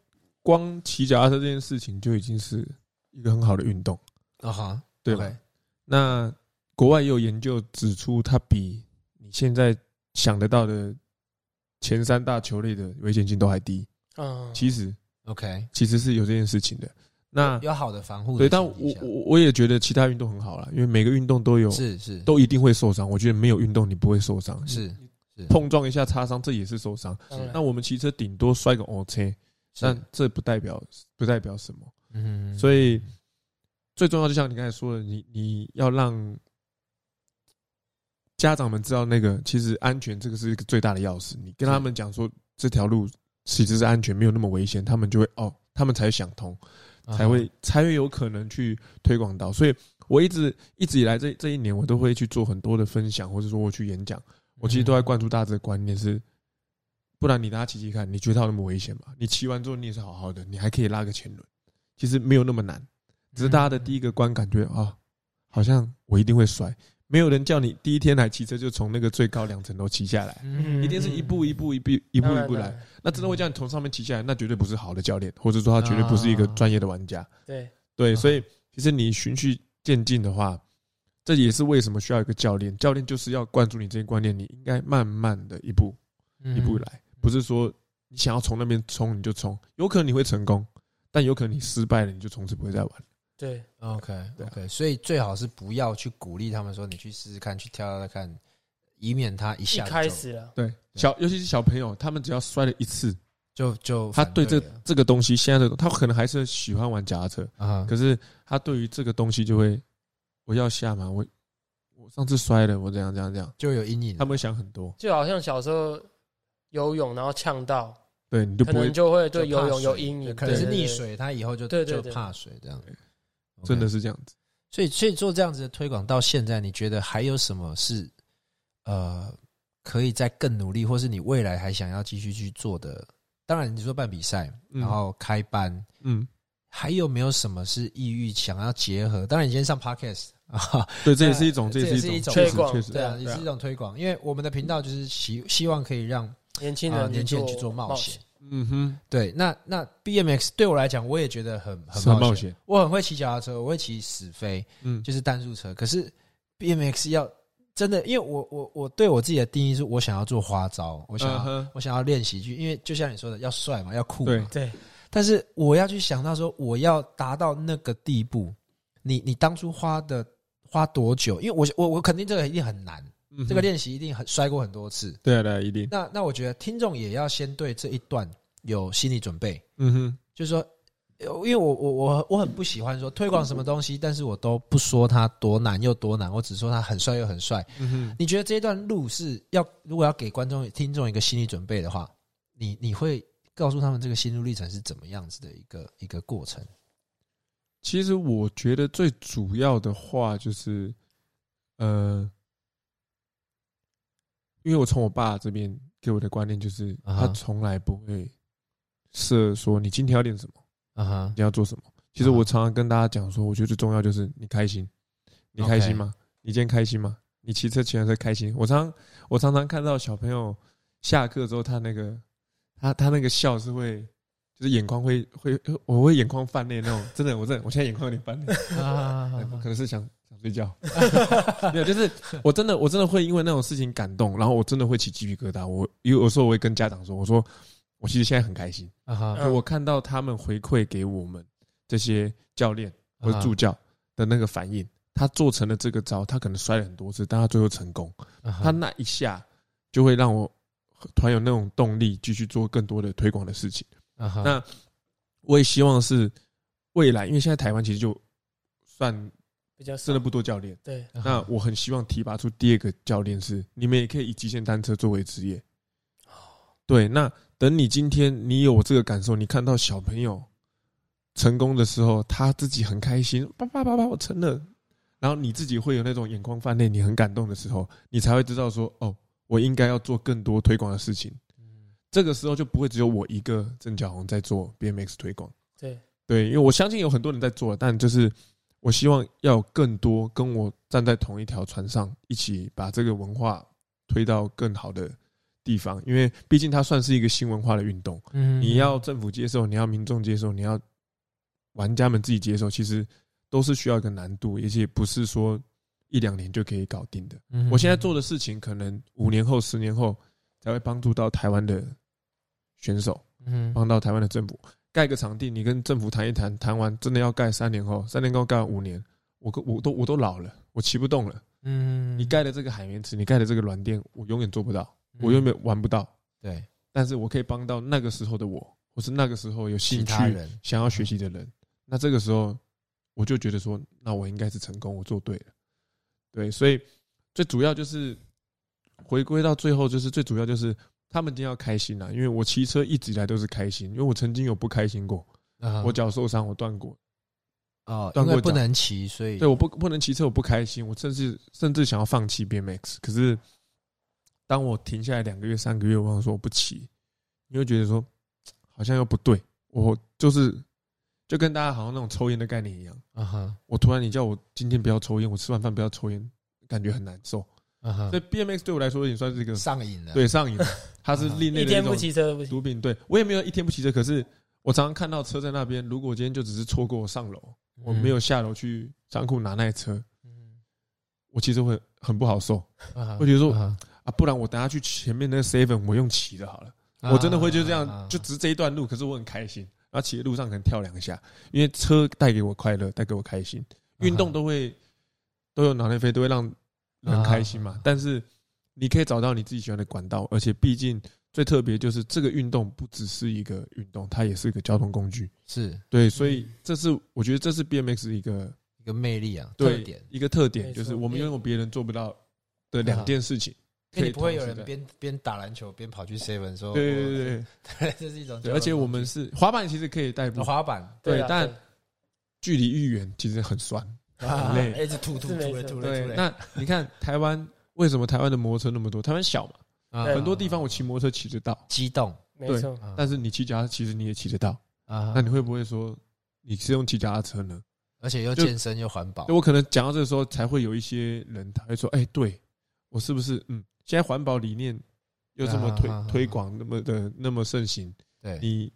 Speaker 3: 光骑脚踏车这件事情就已经是一个很好的运动，
Speaker 2: 啊哈，
Speaker 3: 对吧
Speaker 2: OK
Speaker 3: 那国外也有研究指出，它比你现在想得到的前三大球类的危险性都还低。
Speaker 1: 嗯，
Speaker 3: 其实
Speaker 2: OK，
Speaker 3: 其实是有这件事情的。那
Speaker 2: 有好的防护的
Speaker 3: 对，
Speaker 2: 前提下。
Speaker 3: 但我我我也觉得其他运动很好啦，因为每个运动都有
Speaker 2: 是是
Speaker 3: 都一定会受伤。我觉得没有运动你不会受伤，
Speaker 2: 是是
Speaker 3: 碰撞一下擦伤这也是受伤。
Speaker 1: 当然
Speaker 3: 那我们骑车顶多摔个 O 车，但
Speaker 2: 是
Speaker 3: 这不代表不代表什么。
Speaker 2: 嗯
Speaker 3: 所以最重要，就像你刚才说的，你你要让家长们知道，那个其实安全这个是一个最大的钥匙。你跟他们讲说这条路其实是安全，没有那么危险，他们就会哦，他们才会想通，才
Speaker 2: 啊
Speaker 1: 啊
Speaker 3: 会、才会有可能去推广到。所以我一直一直以来这这一年，我都会去做很多的分享，或者说我去演讲，我
Speaker 2: 嗯
Speaker 3: 其实都在灌输大家这个观念是。不然你大家骑骑看，你觉得它有那么危险吗？你骑完之后你也是好好的，你还可以拉个前轮，其实没有那么难。只是大家
Speaker 1: 嗯
Speaker 3: 的第一个观感觉啊，好像我一定会摔。没有人叫你第一天来骑车就从那个最高两层楼骑下来，
Speaker 1: 嗯
Speaker 3: 一定是一步一步一步一步
Speaker 1: 当
Speaker 3: 一
Speaker 1: 然
Speaker 3: 步来
Speaker 1: 了。，
Speaker 3: 那真的会叫你从上面骑下来，那绝对不是好的教练，或者说他绝对不是一个
Speaker 1: 啊
Speaker 3: 专业的玩家。
Speaker 1: 对，
Speaker 3: 对，
Speaker 2: 啊
Speaker 3: 所以其实你循序渐进的话，这也是为什么需要一个教练。教练就是要灌输你这些观念，你应该慢慢的一步
Speaker 2: 一
Speaker 3: 一步来，不是说你想要从那边冲你就冲，有可能你会成功，但有可能你失败了，你就从此不会再玩。
Speaker 1: 对，
Speaker 2: 嗯 OK
Speaker 3: 对啊
Speaker 2: OK，所以最好是不要去鼓励他们说你去试试看，去跳跳看，以免他一
Speaker 1: 一
Speaker 2: 下子就
Speaker 1: 开始了，
Speaker 3: 对，小尤其是小朋友，他们只要摔了一次，
Speaker 2: 就就
Speaker 3: 他
Speaker 2: 反对
Speaker 3: 对这
Speaker 2: 了
Speaker 3: 这个东西，现在的他可能还是喜欢玩脚踏车，
Speaker 2: 啊
Speaker 3: 可是他对于这个东西就会，我要下马，我我上次摔了，我怎样怎样怎样，
Speaker 2: 就有阴影了。
Speaker 3: 他们会想很多，
Speaker 1: 就好像小时候游泳然后呛到，
Speaker 3: 对你就
Speaker 1: 可
Speaker 3: 不会
Speaker 1: 能就会对
Speaker 2: 就
Speaker 1: 游
Speaker 2: 怕
Speaker 1: 泳
Speaker 2: 水
Speaker 1: 有阴影，
Speaker 2: 可能是
Speaker 1: 对对
Speaker 2: 溺
Speaker 1: 对
Speaker 2: 水，他以后就
Speaker 1: 对对对
Speaker 2: 就怕水这样。OK
Speaker 3: 真的，是这样子。
Speaker 2: 所以所以做这样子的推广到现在，你觉得还有什么是呃可以再更努力，或是你未来还想要继续去做的？当然，你说办比赛，
Speaker 3: 嗯
Speaker 2: 然后开班，
Speaker 3: 嗯，
Speaker 2: 还有没有什么是抑郁想要结合？当然，你今天上 podcast 啊，
Speaker 3: 对，呃这也是一种，
Speaker 2: 这
Speaker 3: 也是
Speaker 2: 也是一种
Speaker 3: 种，确
Speaker 1: 推
Speaker 3: 实
Speaker 1: 广
Speaker 3: 确实
Speaker 2: 对啊，
Speaker 3: 对
Speaker 2: 也
Speaker 3: 啊嗯
Speaker 2: 是一种推广，因为我们的频道就是希希望可以让
Speaker 1: 年轻
Speaker 2: 啊
Speaker 1: 人
Speaker 2: 年轻人去做冒险
Speaker 1: 险。。
Speaker 3: 嗯哼，
Speaker 2: 对，那那 BMX 对我来讲，我也觉得很
Speaker 3: 是很
Speaker 2: 很
Speaker 3: 冒
Speaker 2: 冒险。
Speaker 3: 险。
Speaker 2: 我很会骑脚踏车，我会骑死飞，
Speaker 3: 嗯，
Speaker 2: 就是单速车。可是 BMX 要真的，因为我我我对我自己的定义是我想要做花招，我
Speaker 3: 我
Speaker 2: 想要、
Speaker 3: 嗯哼，
Speaker 2: 我想要练喜剧，因为就像你说的，要帅嘛，要酷嘛。
Speaker 3: 对
Speaker 1: 对，
Speaker 2: 但是我要去想到说，我要达到那个地步，你你当初花的花多久？因为我我我肯定这个一定很难，
Speaker 3: 嗯哼
Speaker 2: 这个练习一定很摔过很多次。
Speaker 3: 对啊，对啊，一定。
Speaker 2: 那那我觉得听众也要先对这一段有心理准备，
Speaker 3: 嗯哼，
Speaker 2: 就是说，呃因为我我我我很不喜欢说推广什么东西，但是我都不说它多难又多难，我只说它很帅又很帅。
Speaker 3: 嗯哼，
Speaker 2: 你觉得这一段路是要如果要给观众听众一个心理准备的话，你你会告诉他们这个心路历程是怎么样子的一个一个过程？
Speaker 3: 其实我觉得最主要的话就是，呃，因为我从我爸这边给我的观念就是，
Speaker 2: 啊哈
Speaker 3: 他从来不会设说你今天要练什么，
Speaker 2: 啊哈
Speaker 3: 你，要做什么。其实
Speaker 2: 啊哈
Speaker 3: 我常常跟大家讲说，我觉得最重要就是你开心，你开心吗？你今天开心吗？你骑车骑完车开心？我常我常常看到小朋友下课之后，他那个他他那个笑是会，就是眼眶会会，我会眼眶泛泪那种。真的，我真的我现在眼眶有点泛泪。
Speaker 2: 啊
Speaker 3: 可能是想想睡觉，没有，就是我真的我真的会因为那种事情感动，然后我真的会起鸡皮疙瘩。我因为有时候我会跟家长说，我说我其实现在很开心，
Speaker 2: 啊哈，
Speaker 1: 嗯
Speaker 3: 我看到他们回馈给我们这些教练
Speaker 2: 啊
Speaker 3: 或者助教的那个反应，他做成了这个招，他可能摔了很多次，但他最后成功，他
Speaker 2: 他
Speaker 3: 那一下就会让我团有那种动力，继续做更多的推广的事情。
Speaker 2: 那
Speaker 3: 那我也希望是未来，因为现在台湾其实就算
Speaker 1: 比较少
Speaker 3: 真的不多教练。
Speaker 1: 对，
Speaker 2: 嗯
Speaker 3: 那我很希望提拔出第二个教练是，你们也可以以极限单车作为职业。对，那等你今天你有这个感受，你看到小朋友成功的时候，他自己很开心，爸爸爸爸，我成了。然后你自己会有那种眼眶泛泪，你很感动的时候，你才会知道说，哦，我应该要做更多推广的事情。这个时候就不会只有我一个郑小红在做 BMX 推广。
Speaker 1: 对
Speaker 3: 对，因为我相信有很多人在做，但就是我希望要有更多跟我站在同一条船上，一起把这个文化推到更好的地方，因为毕竟它算是一个新文化的运动，
Speaker 2: 嗯
Speaker 3: 你要政府接受，你要民众接受，你要玩家们自己接受，其实都是需要一个难度，而且不是说一两年就可以搞定的。我现在做
Speaker 2: 的
Speaker 3: 的事情，可能五年后、十年后才会帮助到台湾的选手，
Speaker 2: 嗯
Speaker 3: 帮到台湾的政府。盖个场地，你跟政府谈一谈，谈完真的要盖三年后，三年后盖完五年，我跟我都我都老了，我骑不动了。
Speaker 2: 嗯
Speaker 3: 你盖的这个海绵池，你盖的这个软垫，我永远做不到，
Speaker 2: 嗯
Speaker 3: 我永远玩不到。
Speaker 2: 对
Speaker 3: 但是我可以帮到那个时候的我，或是那个时候有
Speaker 2: 其
Speaker 3: 兴趣
Speaker 2: 他人
Speaker 3: 想要学习的人。那这个时候，我就觉得说，那我应该是成功，我做对了。对，所以最主要就是回归到最后，就是最主要就是他们今天要开心啊啦、因为我骑车一直以来都是开心，因为我曾经有不开心过，
Speaker 2: 啊
Speaker 3: 我脚受伤，我断过，
Speaker 2: 哦，因
Speaker 3: 断过
Speaker 2: 为不
Speaker 3: 脚
Speaker 2: 能骑，所以
Speaker 3: 对，我不不能骑车，我不开心，我甚至甚至想要放弃 BMX。可是当我停下来两个月、三个月，我想说我不骑，你会觉得说好像又不对，我就是就跟大家好像那种抽烟的概念一样，
Speaker 2: 啊哈
Speaker 3: 我突然你叫我今天不要抽烟，我吃完饭不要抽烟，感觉很难受。
Speaker 2: 啊哈
Speaker 3: 所以 BMX 对我来说也算是一个
Speaker 2: 上瘾了，
Speaker 3: 对
Speaker 2: *laughs*
Speaker 3: 上瘾，它是另类
Speaker 1: 一
Speaker 3: 的
Speaker 1: 天
Speaker 3: 种
Speaker 1: 不骑车都不行。
Speaker 3: 毒品。对我也没有一天不骑车，可是我常常看到车在那边，如果我今天就只是错过上楼，
Speaker 2: 嗯，
Speaker 3: 我没有下楼去仓库拿那车，
Speaker 2: 嗯，
Speaker 3: 我其实会很不好受
Speaker 2: 啊哈
Speaker 3: 我觉得说
Speaker 2: 啊哈
Speaker 3: 啊，不然我等下去前面那个 seven 我用骑的好了，我真的会就这
Speaker 2: 啊啊啊
Speaker 3: 样，就只是这一段路，可是我很开心，然后骑的路上可能跳两下，因为车带给我快乐，带给我开心，运
Speaker 2: 啊
Speaker 3: 动都会都有脑内啡，都会让人开心
Speaker 2: 啊
Speaker 3: 嘛，但是你可以找到你自己喜欢的管道，而且毕竟最特别就是这个运动不只是一个运动，它也是一个交通工具，
Speaker 2: 是
Speaker 3: 对，所以
Speaker 2: 嗯
Speaker 3: 这是我觉得这是 BMX 一个
Speaker 2: 一个魅力啊，特
Speaker 3: 对
Speaker 2: 点，嗯
Speaker 3: 一个特
Speaker 1: 没
Speaker 3: 点，
Speaker 1: 错
Speaker 3: 就是我们拥有别人做不到的两件事情。
Speaker 2: 因为
Speaker 3: 可以
Speaker 2: 你不会有
Speaker 3: 同
Speaker 2: 人
Speaker 3: 时在
Speaker 2: 边边打篮球边跑去 seven 说，
Speaker 3: 对对对对
Speaker 2: 对， *laughs* 这是一种交
Speaker 3: 对，
Speaker 2: 流，
Speaker 3: 而且我们是滑板，其实可以代步，
Speaker 2: 滑板
Speaker 3: 对
Speaker 1: 啊
Speaker 3: 但距离愈远其实很酸。
Speaker 2: 啊
Speaker 3: 很累
Speaker 2: 一直吐吐
Speaker 1: 是没
Speaker 2: 吐嘞
Speaker 1: 错
Speaker 2: 吐嘞
Speaker 3: 对
Speaker 2: 吐，嘞，
Speaker 3: 那你看台湾为什么台湾的摩托车那么多？台湾小嘛，
Speaker 2: 啊
Speaker 1: 对
Speaker 3: 很多地方我骑摩托车骑得到，
Speaker 2: 激动，
Speaker 1: 没错，
Speaker 2: 啊
Speaker 3: 但是你骑脚踏其实你也骑得到。
Speaker 2: 啊
Speaker 3: 那你会不会说你是用骑脚踏车呢？
Speaker 2: 而且又
Speaker 3: 就
Speaker 2: 健身又环保
Speaker 3: 对，我可能讲到这个时候，才会有一些人他会说：“哎，对我是不是嗯，现在环保理念又这么推
Speaker 2: 啊啊啊啊
Speaker 3: 推广，那么的那么盛行，
Speaker 2: 对，
Speaker 3: 你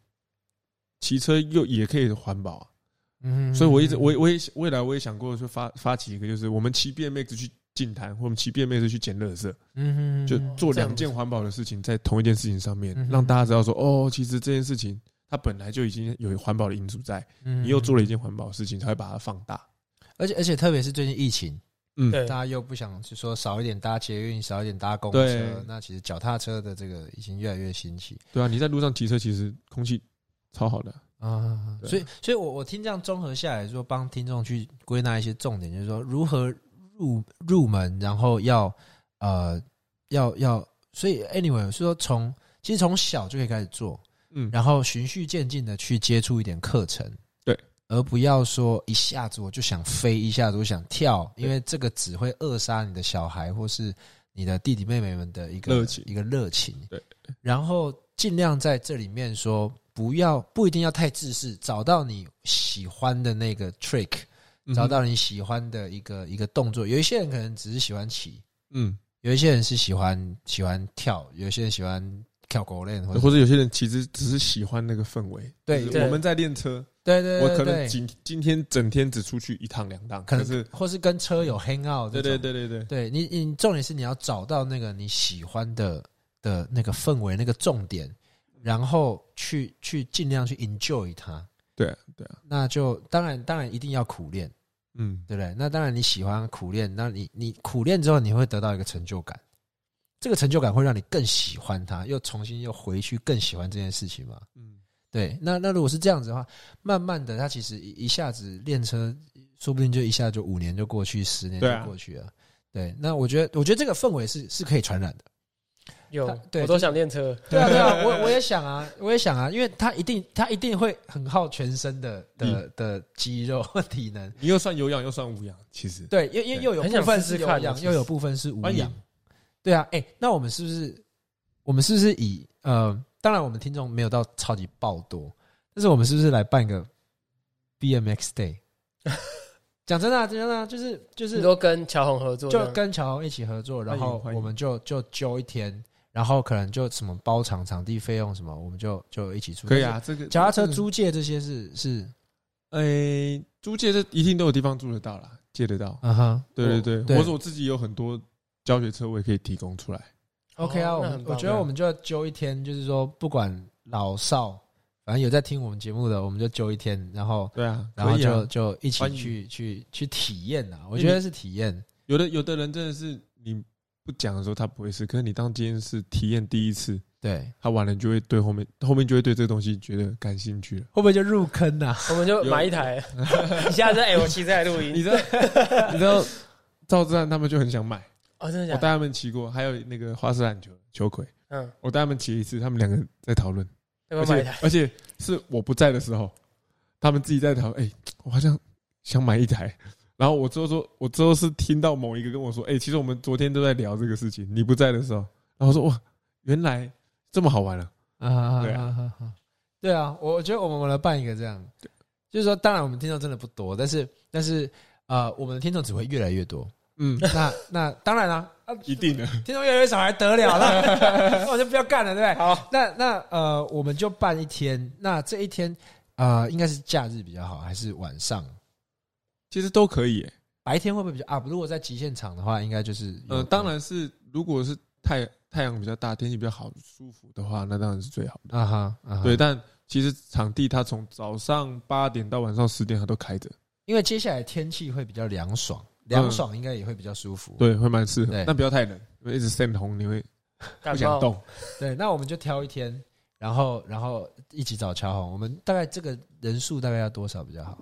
Speaker 3: 骑车又也可以环保、啊，
Speaker 2: 嗯
Speaker 3: 所以我一直我也我也未来我也想过说发发起一个，就是我们骑 BMX 去净滩，或我们骑 BMX 去捡垃圾，
Speaker 2: 嗯
Speaker 3: 就做两
Speaker 1: 这
Speaker 3: 件环保的事情在同一件事情上面
Speaker 2: 嗯，哼
Speaker 3: 让大家知道说哦，其实这件事情它本来就已经有环保的因素在，
Speaker 2: 你
Speaker 3: 你又做了一件环保的事情，才会把它放大。
Speaker 2: 嗯而且而且特别是最近疫情，
Speaker 3: 嗯，
Speaker 1: 对
Speaker 2: 大家又不想去说少一点搭捷运，少一点搭公车
Speaker 3: 对，
Speaker 2: 那其实脚踏车的这个已经越来越兴起
Speaker 3: 对啊，你在路上骑车，其实空气超好的。
Speaker 2: 啊。
Speaker 3: 对
Speaker 2: 所以，所以我我听这样综合下来说，帮听众去归纳一些重点，就是说如何入入门，然后要呃要要，所以 anyway 是说从其实从小就可以开始做，
Speaker 3: 嗯，
Speaker 2: 然后循序渐进的去接触一点课程，
Speaker 3: 对，
Speaker 2: 而不要说一下子我就想飞，一下子我想跳，因为这个只会扼杀你的小孩或是你的弟弟妹妹们的一个
Speaker 3: 热情
Speaker 2: 一个热情。
Speaker 3: 对，
Speaker 2: 然后尽量在这里面说，不要不一定要太自私，找到你喜欢的那个 trick，
Speaker 3: 嗯哼
Speaker 2: 找到你喜欢的一个一个动作。有一些人可能只是喜欢骑，
Speaker 3: 嗯，
Speaker 2: 有一些人是喜欢喜欢跳，有一些人喜欢跳狗链或者
Speaker 3: 或者有些人其实只是喜欢那个氛围。
Speaker 2: 对
Speaker 3: 就是
Speaker 1: 对
Speaker 3: 我们在练车，
Speaker 2: 对对对
Speaker 3: 我可
Speaker 2: 对
Speaker 3: 能今今天整天只出去一趟两趟，
Speaker 2: 可能
Speaker 3: 是
Speaker 2: 或是跟车友 hang out，
Speaker 3: 嗯对对，对对对，
Speaker 2: 对你你重点是你要找到那个你喜欢的的那个氛围那个重点，然后去去尽量去 enjoy 它。
Speaker 3: 对啊对啊，
Speaker 2: 那就当然当然一定要苦练，
Speaker 3: 嗯，
Speaker 2: 对不对？那当然你喜欢苦练，那你你苦练之后你会得到一个成就感，这个成就感会让你更喜欢它，又重新又回去更喜欢这件事情嘛。
Speaker 3: 嗯，
Speaker 2: 对，那那如果是这样子的话，慢慢的，他其实一一下子练车，说不定就一下就五年就过去，十年
Speaker 3: 对啊
Speaker 2: 就过去了。对，那我觉得，我觉得这个氛围是是可以传染的。
Speaker 1: 有
Speaker 2: 他对
Speaker 1: 我都想练车，
Speaker 2: 对啊，对啊， *laughs* 我我也想啊，我也想啊，因为他一定他一定会很耗全身的的的肌肉 *laughs* 体能。
Speaker 3: 你又算有氧又算无氧，其实
Speaker 2: 对，因为因为
Speaker 3: 对
Speaker 2: 又有
Speaker 1: 很想
Speaker 2: 部分
Speaker 1: 试试
Speaker 2: 是有
Speaker 1: 看啊
Speaker 2: 氧，
Speaker 1: 其实
Speaker 2: 又有部分是无
Speaker 3: 欢迎
Speaker 2: 氧。对啊，哎、那我们是不是我们是不是以呃，当然我们听众没有到超级爆多，但是我们是不是来办一个 BMX
Speaker 3: *laughs*
Speaker 2: Day？讲真的、啊，真的、啊，就是就是
Speaker 1: 你都跟乔红合作这
Speaker 2: 就
Speaker 1: 样，
Speaker 2: 跟乔一起合作，然后
Speaker 3: 啊欢迎欢迎
Speaker 2: 我们就就揪一天，然后可能就什么包场、场地费用什么，我们就就一起出。
Speaker 3: 可以啊，，这个
Speaker 2: 脚踏车
Speaker 3: 这个
Speaker 2: 租借这些是是，
Speaker 3: 诶，哎租借这一定都有地方租得到啦，借得到。
Speaker 2: 嗯哼，
Speaker 3: 对对对，
Speaker 2: 对
Speaker 3: 或者我自己有很多教学车，我也可以提供出来。
Speaker 2: OK 啊，
Speaker 1: 哦
Speaker 2: 我
Speaker 1: 那
Speaker 2: 们
Speaker 1: 很棒
Speaker 2: 我觉得我们就要揪一天，就是说不管老少，反正有在听我们节目的，我们就揪一天，然后
Speaker 3: 对啊，
Speaker 2: 然后
Speaker 3: 可以
Speaker 2: 就
Speaker 3: 啊。
Speaker 2: 就一起
Speaker 3: 欢迎
Speaker 2: 去去去体验呐。我
Speaker 3: 因为
Speaker 2: 觉得
Speaker 3: 你
Speaker 2: 是体验，
Speaker 3: 有的有的人真的是你不讲的时候他不会试，可是你当今天是体验第一次，
Speaker 2: 对，
Speaker 3: 他完了你就会对后面后面就会对这个东西觉得感兴趣了。
Speaker 2: 会不会就入坑啊呐？
Speaker 1: 我们就买一台，一下子哎，我骑这台露
Speaker 3: 你
Speaker 1: 营
Speaker 3: 知道 *laughs* 你知道赵志安他们就很想买，
Speaker 1: 哦，真的
Speaker 3: 我
Speaker 1: 假的？
Speaker 3: 带他们骑过，还有那个花式篮球球鬼，
Speaker 1: 嗯，
Speaker 3: 我带他们骑一次，他们两个在讨论。
Speaker 1: 要
Speaker 3: 而
Speaker 1: 不要买一
Speaker 3: 且
Speaker 1: 台？
Speaker 3: 而且是我不在的时候，他们自己在讨论，哎、我好像想买一台。然后我之后说，我之后是听到某一个跟我说，哎、其实我们昨天都在聊这个事情，你不在的时候，然后我说哇，原来这么好玩啊！
Speaker 2: 啊，
Speaker 3: 对啊
Speaker 2: 啊，对啊，我我觉得我们我来办一个这样，就是说，当然我们听众真的不多，但是但是呃，我们的听众只会越来越多。
Speaker 3: 嗯，
Speaker 2: 那那当然啦、啊，
Speaker 3: 一定的，
Speaker 2: 听众越来越少还得了？
Speaker 3: *laughs*
Speaker 2: 那那我就不要干了，对不对？
Speaker 1: 好，
Speaker 2: 那那呃，我们就办一天。那这一天啊、呃应该是假日比较好，还是晚上？
Speaker 3: 其实都可以、欸。
Speaker 2: 白天会不会比较啊？如果在极限场的话，应该就是
Speaker 3: 呃，当然是如果是太太阳比较大，天气比较好舒服的话，那当然是最好的。
Speaker 2: 啊哈啊哈，
Speaker 3: 对，但其实场地它从早上八点到晚上十点它都开着，
Speaker 2: 因为接下来天气会比较凉爽，凉爽应该也会比较舒服。
Speaker 3: 嗯对，会蛮适合
Speaker 2: 对。
Speaker 3: 但不要太冷，因为一直晒红你会不
Speaker 1: 感
Speaker 3: 想
Speaker 1: 冒
Speaker 3: 动。
Speaker 2: 对，那我们就挑一天，然后然后一起找乔红。我们大概这个人数大概要多少比较好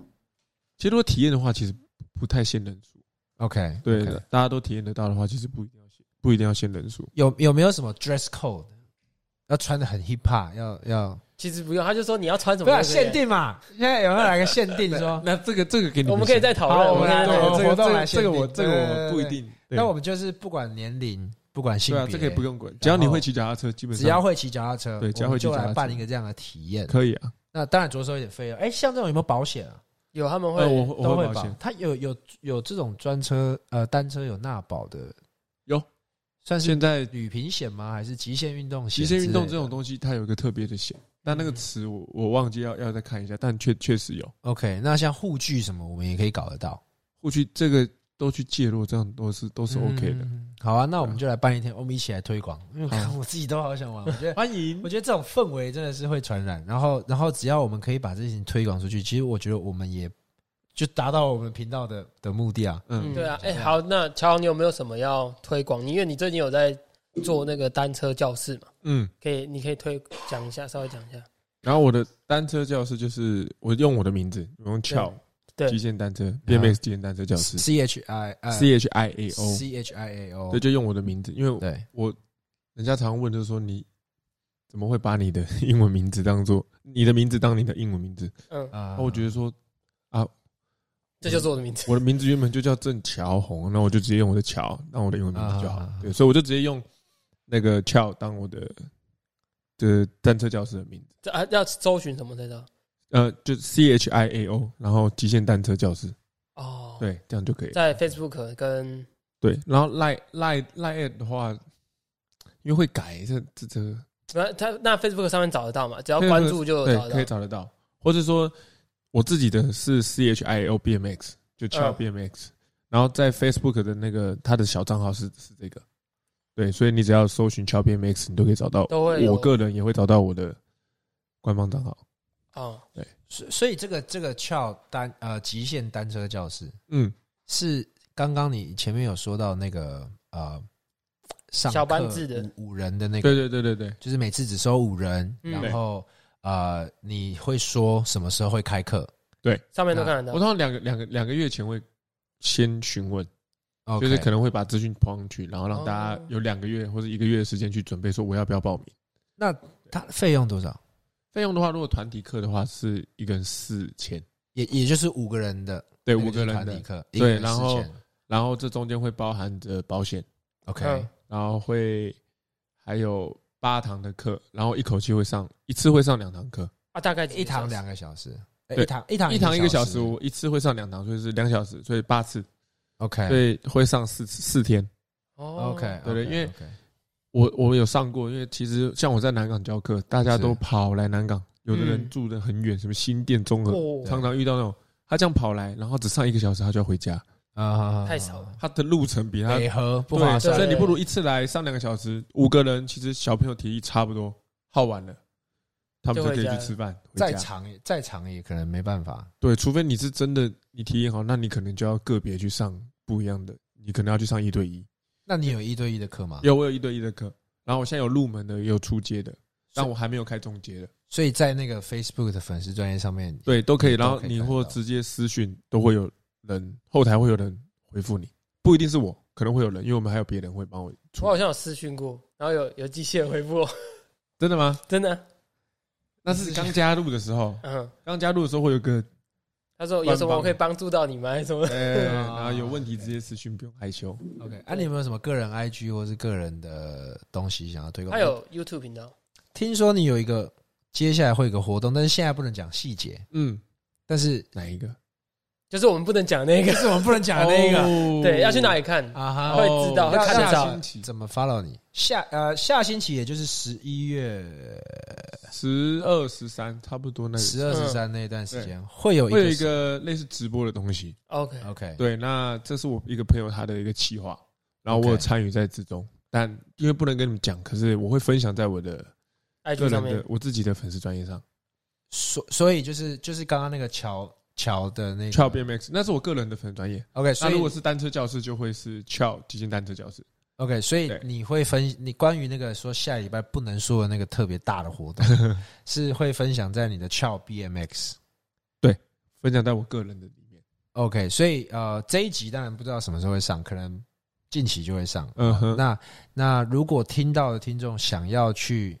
Speaker 3: 其实如果体验的话，其实不太限人数。
Speaker 2: ？OK，
Speaker 3: 对大家都体验得到的话，其实不一定要限，不一定要限人数。
Speaker 2: 有有没有什么 dress code？要穿的很 hip hop，要要
Speaker 1: 其实不用，他就说你要穿什
Speaker 2: 不
Speaker 1: 么
Speaker 2: 要
Speaker 1: 就可以
Speaker 2: 啊限。定嘛？现在有没有来个限定说？
Speaker 3: 那这个这个给你
Speaker 1: 我们可以再讨论，
Speaker 2: 好
Speaker 1: 我们
Speaker 2: 我们
Speaker 1: 可以
Speaker 2: 来
Speaker 1: 再讨论
Speaker 2: 我们活
Speaker 3: 这个
Speaker 2: 动
Speaker 3: 这
Speaker 2: 来
Speaker 3: 个
Speaker 2: 限
Speaker 3: 这个我
Speaker 2: 定
Speaker 3: 这个我不
Speaker 2: 对对对
Speaker 3: 一定。对
Speaker 2: 那我们就是不管年龄，不管性
Speaker 3: 对啊，
Speaker 2: 别，
Speaker 3: 这可以不用管，只要你会骑脚踏车，基本上
Speaker 2: 只要会骑脚踏车，
Speaker 3: 对只要
Speaker 2: 我们
Speaker 3: 会骑
Speaker 2: 就
Speaker 3: 脚
Speaker 2: 来
Speaker 3: 踏
Speaker 2: 办
Speaker 3: 车
Speaker 2: 一个这样的体验。
Speaker 3: 可以啊。
Speaker 2: 那当然着手有点费用。哎，像这种有没有保险啊？
Speaker 1: 有他们
Speaker 3: 呃，我
Speaker 1: 会
Speaker 3: 我
Speaker 2: 都
Speaker 3: 会保
Speaker 2: 吧
Speaker 3: 险，。
Speaker 2: 它有有有这种专车呃单车有纳保的，
Speaker 3: 有
Speaker 2: 算是
Speaker 3: 现在
Speaker 2: 旅平险吗？还是极限运动险
Speaker 3: 极
Speaker 2: 之类
Speaker 3: 限
Speaker 2: 的？
Speaker 3: 运动这种东西，它有一个特别的险，但那个词我我忘记要要再看一下，但确确实有。
Speaker 2: OK，那像护具什么，我们也可以搞得到，
Speaker 3: 过去这个都去介入，这样都是都
Speaker 2: 都
Speaker 3: 是 OK 的。
Speaker 2: 好啊，那我们就来办一天，我们一起来推广，因为我自己都好想玩，我觉得。
Speaker 3: 欢迎
Speaker 2: 我，觉得这种氛围真的是会传染，然后，然后只要我们可以把这件事情推广出去，其实我觉得我们也就达到我们频道的的目的啊。
Speaker 1: 嗯
Speaker 3: 嗯，
Speaker 1: 对啊，哎，好，那乔王，你有没有什么要推广？因为你最近有在做那个单车教室嘛，
Speaker 3: 嗯。
Speaker 1: 可以，你可以推讲一下，稍微讲一下。
Speaker 3: 然后我的单车教室就是我用我的名字，我用翘
Speaker 1: 对
Speaker 3: 极限单车 BMX 极限单车教室
Speaker 2: C H I I
Speaker 3: 啊 C H I A O，
Speaker 2: 啊 C H I A O，
Speaker 3: 对，就用我的名字，因为
Speaker 2: 对
Speaker 3: 我人家常问就是说你怎么会把你的英文名字当做你的名字当你的英文名字？
Speaker 1: 嗯，
Speaker 2: 啊
Speaker 3: 那我觉得说啊
Speaker 1: 这就是我的名字。
Speaker 3: 我的名字原本就叫郑乔红，那我就直接用我的乔当我的英文名字就好
Speaker 2: 啊，
Speaker 3: 对，所以我就直接用那个乔当我的的单车教室的名字，
Speaker 1: 这啊，要搜寻什么才知道？
Speaker 3: 呃，就 C H I A O，然后极限单车教室，
Speaker 1: 哦，，
Speaker 3: 对，这样就可以了。
Speaker 1: 在 Facebook 跟
Speaker 3: 对，然后赖赖赖的话，因为会改，这这这个
Speaker 1: 那他那 Facebook 上面找得到嘛？只要关注就
Speaker 3: 对
Speaker 1: 找
Speaker 3: 可以
Speaker 1: 得到。
Speaker 3: 找得到，或者说我自己的是 C H I O B M X，就 c h i l
Speaker 1: 嗯
Speaker 3: B M X，、然后在 Facebook 的那个他的小账号是是这个，对，所以你只要搜寻 c h i l B M X，你都可以找到，
Speaker 1: 都会有
Speaker 3: 我个人也会找到我的官方账号，
Speaker 1: 哦，
Speaker 2: 所所以这个这个翘单呃极限单车教室
Speaker 3: 嗯，
Speaker 2: 是刚刚你前面有说到那个呃上
Speaker 1: 小
Speaker 2: 课
Speaker 1: 班制的
Speaker 2: 五五人的那
Speaker 3: 对
Speaker 2: 个，
Speaker 3: 对对对对，
Speaker 2: 就是每次只收五人，
Speaker 1: 嗯
Speaker 2: 然后呃你会说什么时候会开课？
Speaker 1: 上面都看得
Speaker 3: 啊我
Speaker 1: 到。
Speaker 3: 通常两个两个两个月前会先询问。就
Speaker 2: OK
Speaker 3: 是可能会把资讯抛上去，然后让大家
Speaker 1: 哦
Speaker 3: 有两个月或者一个月的时间去准备，说我要不要报名。
Speaker 2: 它费用多少？
Speaker 3: 费用的话，如果团体课的话，是一个人四千，
Speaker 2: 也也就是五个人的，
Speaker 3: 对，
Speaker 2: 那
Speaker 3: 五
Speaker 2: 就是
Speaker 3: 个人
Speaker 2: 团体
Speaker 3: 的。
Speaker 2: 课，
Speaker 3: 对
Speaker 2: 一个人
Speaker 3: 然后
Speaker 2: 4000
Speaker 3: 然后这中间会包含着保险，
Speaker 2: OK
Speaker 1: 嗯
Speaker 3: 然后会还有八堂的课，然后一口气会上一次会上两堂课，
Speaker 1: 啊，大概几个
Speaker 2: 一堂
Speaker 1: 小时
Speaker 2: 两个小时，哎
Speaker 3: 对
Speaker 2: 一堂一堂
Speaker 3: 一堂一个小时，
Speaker 2: 时
Speaker 3: 我一次会上两堂，所以是两小时，所以八次，
Speaker 2: ，OK
Speaker 3: 所以会上四次四天。
Speaker 1: 哦
Speaker 2: OK
Speaker 3: 对对因为我我有上过，因为其实像我在南港教课，大家都
Speaker 2: 是
Speaker 3: 跑来南港，有的人
Speaker 1: 嗯
Speaker 3: 住的很远，什么新店、综合，
Speaker 1: 哦，
Speaker 3: 常常遇到那种他这样跑来，然后只上一个小时，他就要回家，
Speaker 2: 啊，
Speaker 1: 太少了，
Speaker 3: 他的路程比他
Speaker 2: 北河哎不
Speaker 3: 对
Speaker 2: 划算，
Speaker 1: 对
Speaker 3: 所以你不如一次来上两个小时，五个人，其实小朋友体力差不多，耗完了，他们就可以
Speaker 1: 就回
Speaker 3: 去
Speaker 1: 家
Speaker 3: 吃饭。回
Speaker 2: 再
Speaker 3: 家
Speaker 2: 长也再长也可能没办法。
Speaker 3: 对，除非你是真的你体验好，那你可能就要个别去上不一样的，你可能要去上一对一。
Speaker 2: 那你有一对一的课吗？
Speaker 3: 因为我有一对一的课，然后我现在有入门的，也有初阶的，但我还没有开中阶的。
Speaker 2: 所以在那个 Facebook 的粉丝专业上面，
Speaker 3: 对，都可以。
Speaker 2: 你都
Speaker 3: 然后
Speaker 2: 可以
Speaker 3: 你
Speaker 2: 看
Speaker 3: 或
Speaker 2: 到
Speaker 3: 直接私讯都会有人，后台会有人回复你，不一定是我，可能会有人，因为我们还有别人会帮我
Speaker 1: 我
Speaker 3: 出。
Speaker 1: 好像有私讯过，然后有有机器人回复我， *laughs*
Speaker 3: 真的吗？
Speaker 1: 真的，
Speaker 3: 那是刚加入的时
Speaker 2: *laughs*
Speaker 3: 候，
Speaker 1: 嗯，
Speaker 3: 刚加入的时候会有个
Speaker 1: 他说有什么我可以帮助到你吗？还是什么？
Speaker 3: 对，
Speaker 2: 啊
Speaker 3: 然后有问题直接私讯，不用害羞。
Speaker 2: OK，啊，你有没有什么个人 IG 或是个人的东西想要推广？
Speaker 1: 他有 YouTube 频道，
Speaker 2: 听说你有一个接下来会有一个活动，但是现在不能讲细节，
Speaker 3: 嗯，
Speaker 2: 但是
Speaker 3: 哪一个？
Speaker 1: 就是我们不能讲那个，
Speaker 2: 是我们不能讲的那个
Speaker 3: 个
Speaker 1: 对，要去哪里看？
Speaker 2: 啊哈
Speaker 1: 会知道
Speaker 2: 会看得到
Speaker 3: 哦星期
Speaker 2: 怎么 follow 你？下呃下星期也就是十一月呃
Speaker 3: 十二、十三，差不多那个
Speaker 2: 十二十三那段时间会有
Speaker 3: 会有
Speaker 2: 一
Speaker 3: 一个类似直播的东西。
Speaker 1: OK，
Speaker 2: OK
Speaker 3: 对，那这是我一个朋友他的一个企划，然后我有
Speaker 2: OK
Speaker 3: 参与在之中，但因为不能跟你们讲，可是我会分享在我的个
Speaker 1: IG 上
Speaker 3: 人
Speaker 1: 面
Speaker 3: 的我自己的粉丝专业上。
Speaker 2: 所所以就是就是刚刚那个桥桥的那个
Speaker 3: Chow BMX，那是我个人的粉丝专业。
Speaker 2: OK，
Speaker 3: 那
Speaker 2: 所
Speaker 3: 如果
Speaker 2: 以
Speaker 3: 是单车教室，就会是 Chow 极限单车教室。
Speaker 2: OK，所以
Speaker 3: 对
Speaker 2: 你会分你关于那个说下礼拜不能说的那个特别大的活
Speaker 3: *laughs*
Speaker 2: 动，是会分享在你的翘 BMX。
Speaker 3: 分享在我个人的里面。
Speaker 2: OK，所以呃这一集当然不知道什么时候会上，可能近期就会上。
Speaker 3: 嗯哼，
Speaker 2: 那那如果听到的听众想要去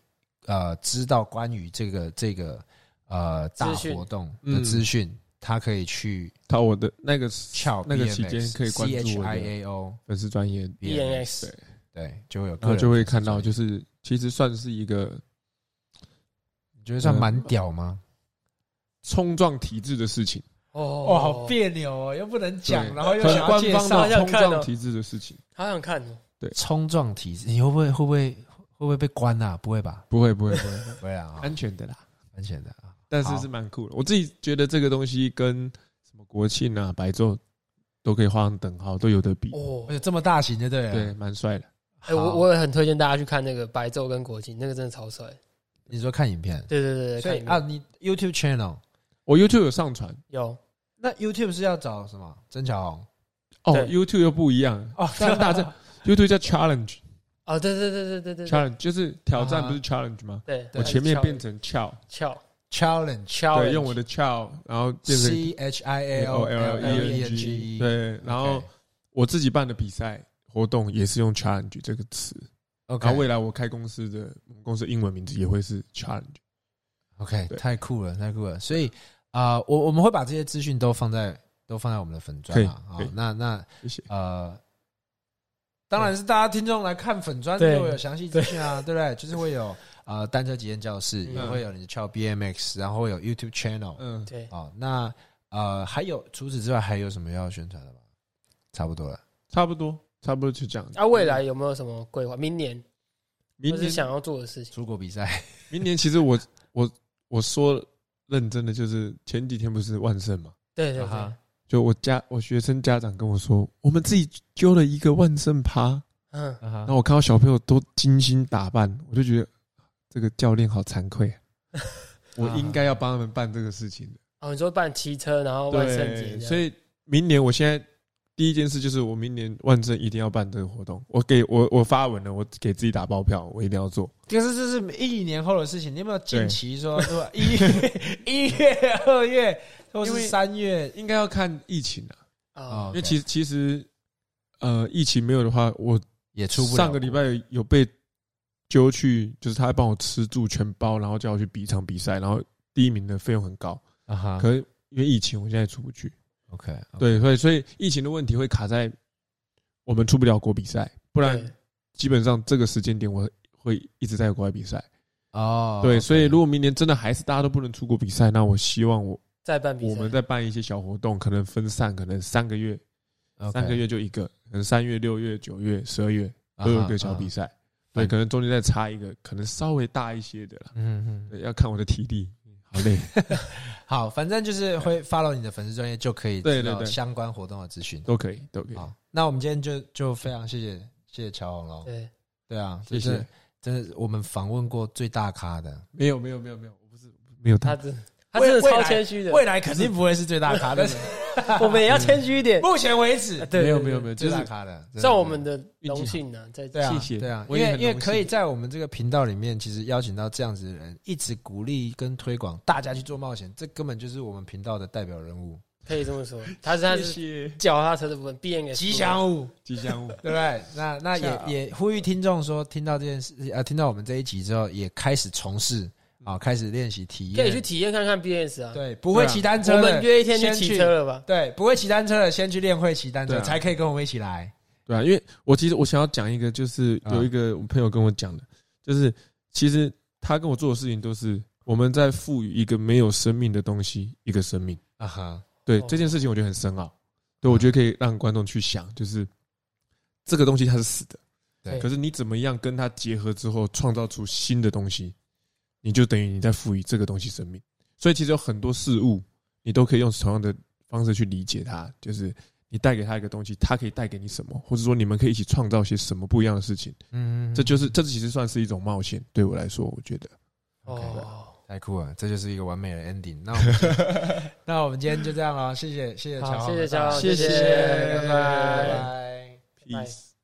Speaker 2: 呃知道关于这个这个呃大
Speaker 1: 资讯
Speaker 2: 活动
Speaker 3: 嗯
Speaker 2: 的资讯，他可以去
Speaker 3: 他我的那个
Speaker 2: 翘
Speaker 3: 那个期间可以关注我
Speaker 2: I
Speaker 3: 的
Speaker 2: A O
Speaker 3: 粉丝专业，
Speaker 2: ，E
Speaker 1: b E n x
Speaker 3: 对
Speaker 2: 对，就会有
Speaker 3: 然
Speaker 2: 个
Speaker 3: 后
Speaker 2: 人
Speaker 3: 就会看到，
Speaker 2: 粉丝专页
Speaker 3: 就是其实算是一个
Speaker 2: 你觉得
Speaker 3: 嗯
Speaker 2: 算蛮屌吗？
Speaker 3: 冲撞体制的事情，
Speaker 1: 哦
Speaker 2: 哇，好，别扭哦，又不能讲，
Speaker 3: 对
Speaker 2: 然后又
Speaker 3: 很
Speaker 2: 想要
Speaker 3: 官
Speaker 2: 介
Speaker 3: 方
Speaker 2: 绍
Speaker 1: 好
Speaker 3: 的
Speaker 1: 想
Speaker 3: 冲
Speaker 1: 看哦
Speaker 3: 撞体制的事情，
Speaker 1: 好想看哦，
Speaker 2: 冲撞体质，你会不会会不会会不会被关啊？ *laughs* 不会吧？
Speaker 3: 不会不会不会，
Speaker 2: 不会啊，
Speaker 3: *laughs* 安全的啦。
Speaker 2: 安全的啊。
Speaker 3: 但是是蛮酷的，我自己觉得这个东西跟什么国庆啊、白昼都可以画上等号，都有得比，
Speaker 1: 哦
Speaker 2: 而，且这么大型的，对了啊
Speaker 3: 对，，蛮帅的。
Speaker 1: 哎，我我也很推荐大家去看那个白昼跟国庆，那个真的超帅。
Speaker 2: 你说看影片，
Speaker 1: 对对对对，
Speaker 2: 所
Speaker 1: 看
Speaker 2: 以
Speaker 1: 影
Speaker 2: 啊，
Speaker 1: 片
Speaker 2: 你 YouTube channel
Speaker 3: 我 YouTube 有上传
Speaker 1: 有
Speaker 2: 那 YouTube 是要找什么？曾小红
Speaker 3: 哦
Speaker 1: 对
Speaker 3: ，YouTube 又不一样
Speaker 1: *laughs*
Speaker 2: 哦 *laughs*
Speaker 3: 像大战，YouTube 叫 challenge
Speaker 1: 哦，对对对对对对对
Speaker 3: challenge，就是挑战，
Speaker 2: 啊
Speaker 3: 不是 challenge 吗？
Speaker 1: 对，
Speaker 3: 我前面变成 chow，
Speaker 1: 翘
Speaker 2: Challenge
Speaker 1: 翘，
Speaker 3: 对，用我的 chow，然后变成
Speaker 2: C H I A O
Speaker 3: O
Speaker 2: L
Speaker 3: L
Speaker 2: L E N
Speaker 3: E N
Speaker 2: G
Speaker 3: G，
Speaker 2: E，
Speaker 3: 对，然后我自己办的比赛活动也是用 challenge 这个词，
Speaker 2: OK
Speaker 3: 然后未来我开公司的我们公司英文名字也会是 challenge。
Speaker 2: OK，
Speaker 3: 对
Speaker 2: 太酷了，太酷了。所以啊，我我们会把这些资讯都放在都放在我们的粉
Speaker 3: 可
Speaker 2: 砖
Speaker 3: 以
Speaker 2: 啊。好
Speaker 3: 可以
Speaker 2: 那那
Speaker 3: 谢谢。
Speaker 2: 呃，当然是大家听众来看粉砖就
Speaker 1: 对
Speaker 2: 会有详细资讯啊，对不对？就是会有呃单车极限教室，
Speaker 1: 嗯
Speaker 2: 也会有你的翘 BMX，然后会有 YouTube channel
Speaker 3: 嗯，
Speaker 1: 对，
Speaker 2: 啊。那呃，还有除此之外还有什么要宣传的吗？差不多了。
Speaker 3: 差不多，差不多就这样。
Speaker 2: 啊
Speaker 1: 那啊未来有没有什么规划？明年
Speaker 3: 明
Speaker 1: 或是
Speaker 3: 年，
Speaker 1: 想要做的事情？
Speaker 2: 出国比赛，
Speaker 3: 明年其实我我我说认真的，就是前几天不是万圣嘛，
Speaker 1: 对对
Speaker 2: 啊
Speaker 1: 对
Speaker 2: 哈，
Speaker 3: 就我家我学生家长跟我说，我们自己揪了一个万圣趴，
Speaker 1: 嗯，
Speaker 3: 然
Speaker 2: 然
Speaker 3: 后我看到小朋友都精心打扮，我就觉得这个教练好惭愧，啊 *laughs* 我应该要帮他们办这个事情的。
Speaker 1: 哦，你说办骑车，然
Speaker 3: 啊
Speaker 1: 后万圣节
Speaker 3: 对，
Speaker 1: 这样，
Speaker 3: 所以明年我现在。第一件事就是我明年万圣一定要办这个活动，我给我我发文了，我给自己打包票，我一定要做。
Speaker 2: 可是这是一年后的事情，你有没有近
Speaker 3: 对
Speaker 2: 期说说一月、 *laughs* 一月、二月，或
Speaker 3: 因
Speaker 2: 是
Speaker 3: 为
Speaker 2: 三月？
Speaker 3: 应该要看疫情啊，
Speaker 1: 啊
Speaker 2: 哦
Speaker 3: 因为其实其实，呃，疫情没有的话，我
Speaker 2: 也
Speaker 3: 上个礼拜有有被揪去，就是他帮我吃住全包，然后叫我去比一场比赛，然后第一名的费用很高，
Speaker 2: 啊哈
Speaker 3: 可是因为疫情，我现在出不去，
Speaker 2: ，OK，
Speaker 3: 对，所以所以疫情的问题会卡在我们出不了国比赛，不然
Speaker 1: 对
Speaker 3: 基本上这个时间点我会一直在国外比赛，
Speaker 2: 哦，
Speaker 3: 对，
Speaker 2: OK
Speaker 3: 所以如果明年真的还是大家都不能出国比赛，那我希望我
Speaker 1: 再办比
Speaker 3: 我
Speaker 1: 赛
Speaker 3: 们，再办一些小活动，可能分散，可能三个月
Speaker 2: OK
Speaker 3: 三个月就一个，可能三月、六月、九月、十二月
Speaker 2: 啊哈
Speaker 3: 都有一个小比赛。对，可能中间再插一个，可能稍微大一些的啦。
Speaker 2: 嗯嗯，
Speaker 3: 对，要看我的体力，好累。
Speaker 2: 好，反正就是会 follow 你的粉丝专业就可以
Speaker 3: 对
Speaker 2: 知道
Speaker 3: 对对
Speaker 2: 相关活动的资讯。
Speaker 3: 都可以，都可以。
Speaker 2: 好，那我们今天就就非常谢谢谢谢乔红喽。
Speaker 3: *laughs*
Speaker 1: 对，
Speaker 2: 对啊，这
Speaker 3: 谢
Speaker 2: 是
Speaker 3: 谢。
Speaker 2: 真的是我们访问过最大咖的，
Speaker 3: 没有，没有，没有，没有，我不是没有
Speaker 1: 他
Speaker 3: 他，
Speaker 1: *laughs* 真他真的
Speaker 2: 未未来
Speaker 1: 超谦虚的，
Speaker 2: 未来肯定不会是最大咖，
Speaker 3: *laughs*
Speaker 2: 但是
Speaker 1: *laughs* 我们也要谦虚一点。
Speaker 2: *laughs* 目前为止
Speaker 1: 啊对，
Speaker 3: 没有，
Speaker 1: 对
Speaker 3: 没有，没，有，
Speaker 2: 最
Speaker 3: 就
Speaker 2: 大
Speaker 3: 是
Speaker 2: 咖的，
Speaker 3: 嗯
Speaker 2: 真的
Speaker 1: 算我们的荣幸呢，在
Speaker 2: 对啊，
Speaker 3: 谢谢
Speaker 2: 对啊，因
Speaker 3: 我也
Speaker 2: 为
Speaker 3: 很
Speaker 2: 因为
Speaker 3: 荣幸
Speaker 2: 可以在我们这个频道里面，其实邀请到这样子的人，一直鼓励跟推广大家去做冒险，这根本就是我们频道的代表人物，
Speaker 1: 可以这么说，他是他是
Speaker 3: 谢谢
Speaker 1: 脚踏车的部分，B N 给
Speaker 2: 吉祥物，
Speaker 3: 吉祥物，
Speaker 2: 对不对？那 *laughs* 那
Speaker 1: 是
Speaker 2: 也
Speaker 1: 啊
Speaker 2: 也呼吁听众说，听到这件事啊，听到我们这一集之后，也开始从事啊，开始练习体
Speaker 1: 可以去
Speaker 2: 验，
Speaker 1: 体验看看 B S 啊。
Speaker 2: 对，不会骑单
Speaker 1: 我
Speaker 2: 车
Speaker 1: 们
Speaker 2: 的，
Speaker 1: 约一天去
Speaker 2: 先
Speaker 1: 骑车，了吧？
Speaker 2: 对，不会骑单车的先去练会骑单车，
Speaker 3: 对啊
Speaker 2: 才可以跟我们一起来。
Speaker 3: 对啊，因为我其实我想要讲一个，就是
Speaker 2: 啊
Speaker 3: 有一个我朋友跟我讲的，就是其实他跟我做的事情都是我们在赋予一个没有生命的东西一个生命。
Speaker 2: 啊哈，
Speaker 3: 对
Speaker 1: 哦
Speaker 3: 这件事情，我觉得很深奥。对，我觉得可以让观众去想，就是这个东西它是死的，
Speaker 2: 对
Speaker 3: 可是你怎么样跟它结合之后，创造出新的东西，你就等于你在赋予这个东西生命。所以其实有很多事物，你都可以用同样的方式去理解它，就是你带给它一个东西，它可以带给你什么，或者说你们可以一起创造些什么不一样的事情。
Speaker 2: 嗯
Speaker 3: 这就是这其实算是一种冒险，对我来说，我觉得。
Speaker 1: 哦，
Speaker 2: 太酷了，这就是一个完美的 ending。那我们今天那我们今天就这样了，谢谢谢谢
Speaker 1: 好
Speaker 2: 乔浩，
Speaker 1: 谢谢乔浩
Speaker 2: 谢
Speaker 1: 谢谢
Speaker 2: 拜
Speaker 1: 拜拜
Speaker 2: 拜。
Speaker 1: 拜
Speaker 3: Peace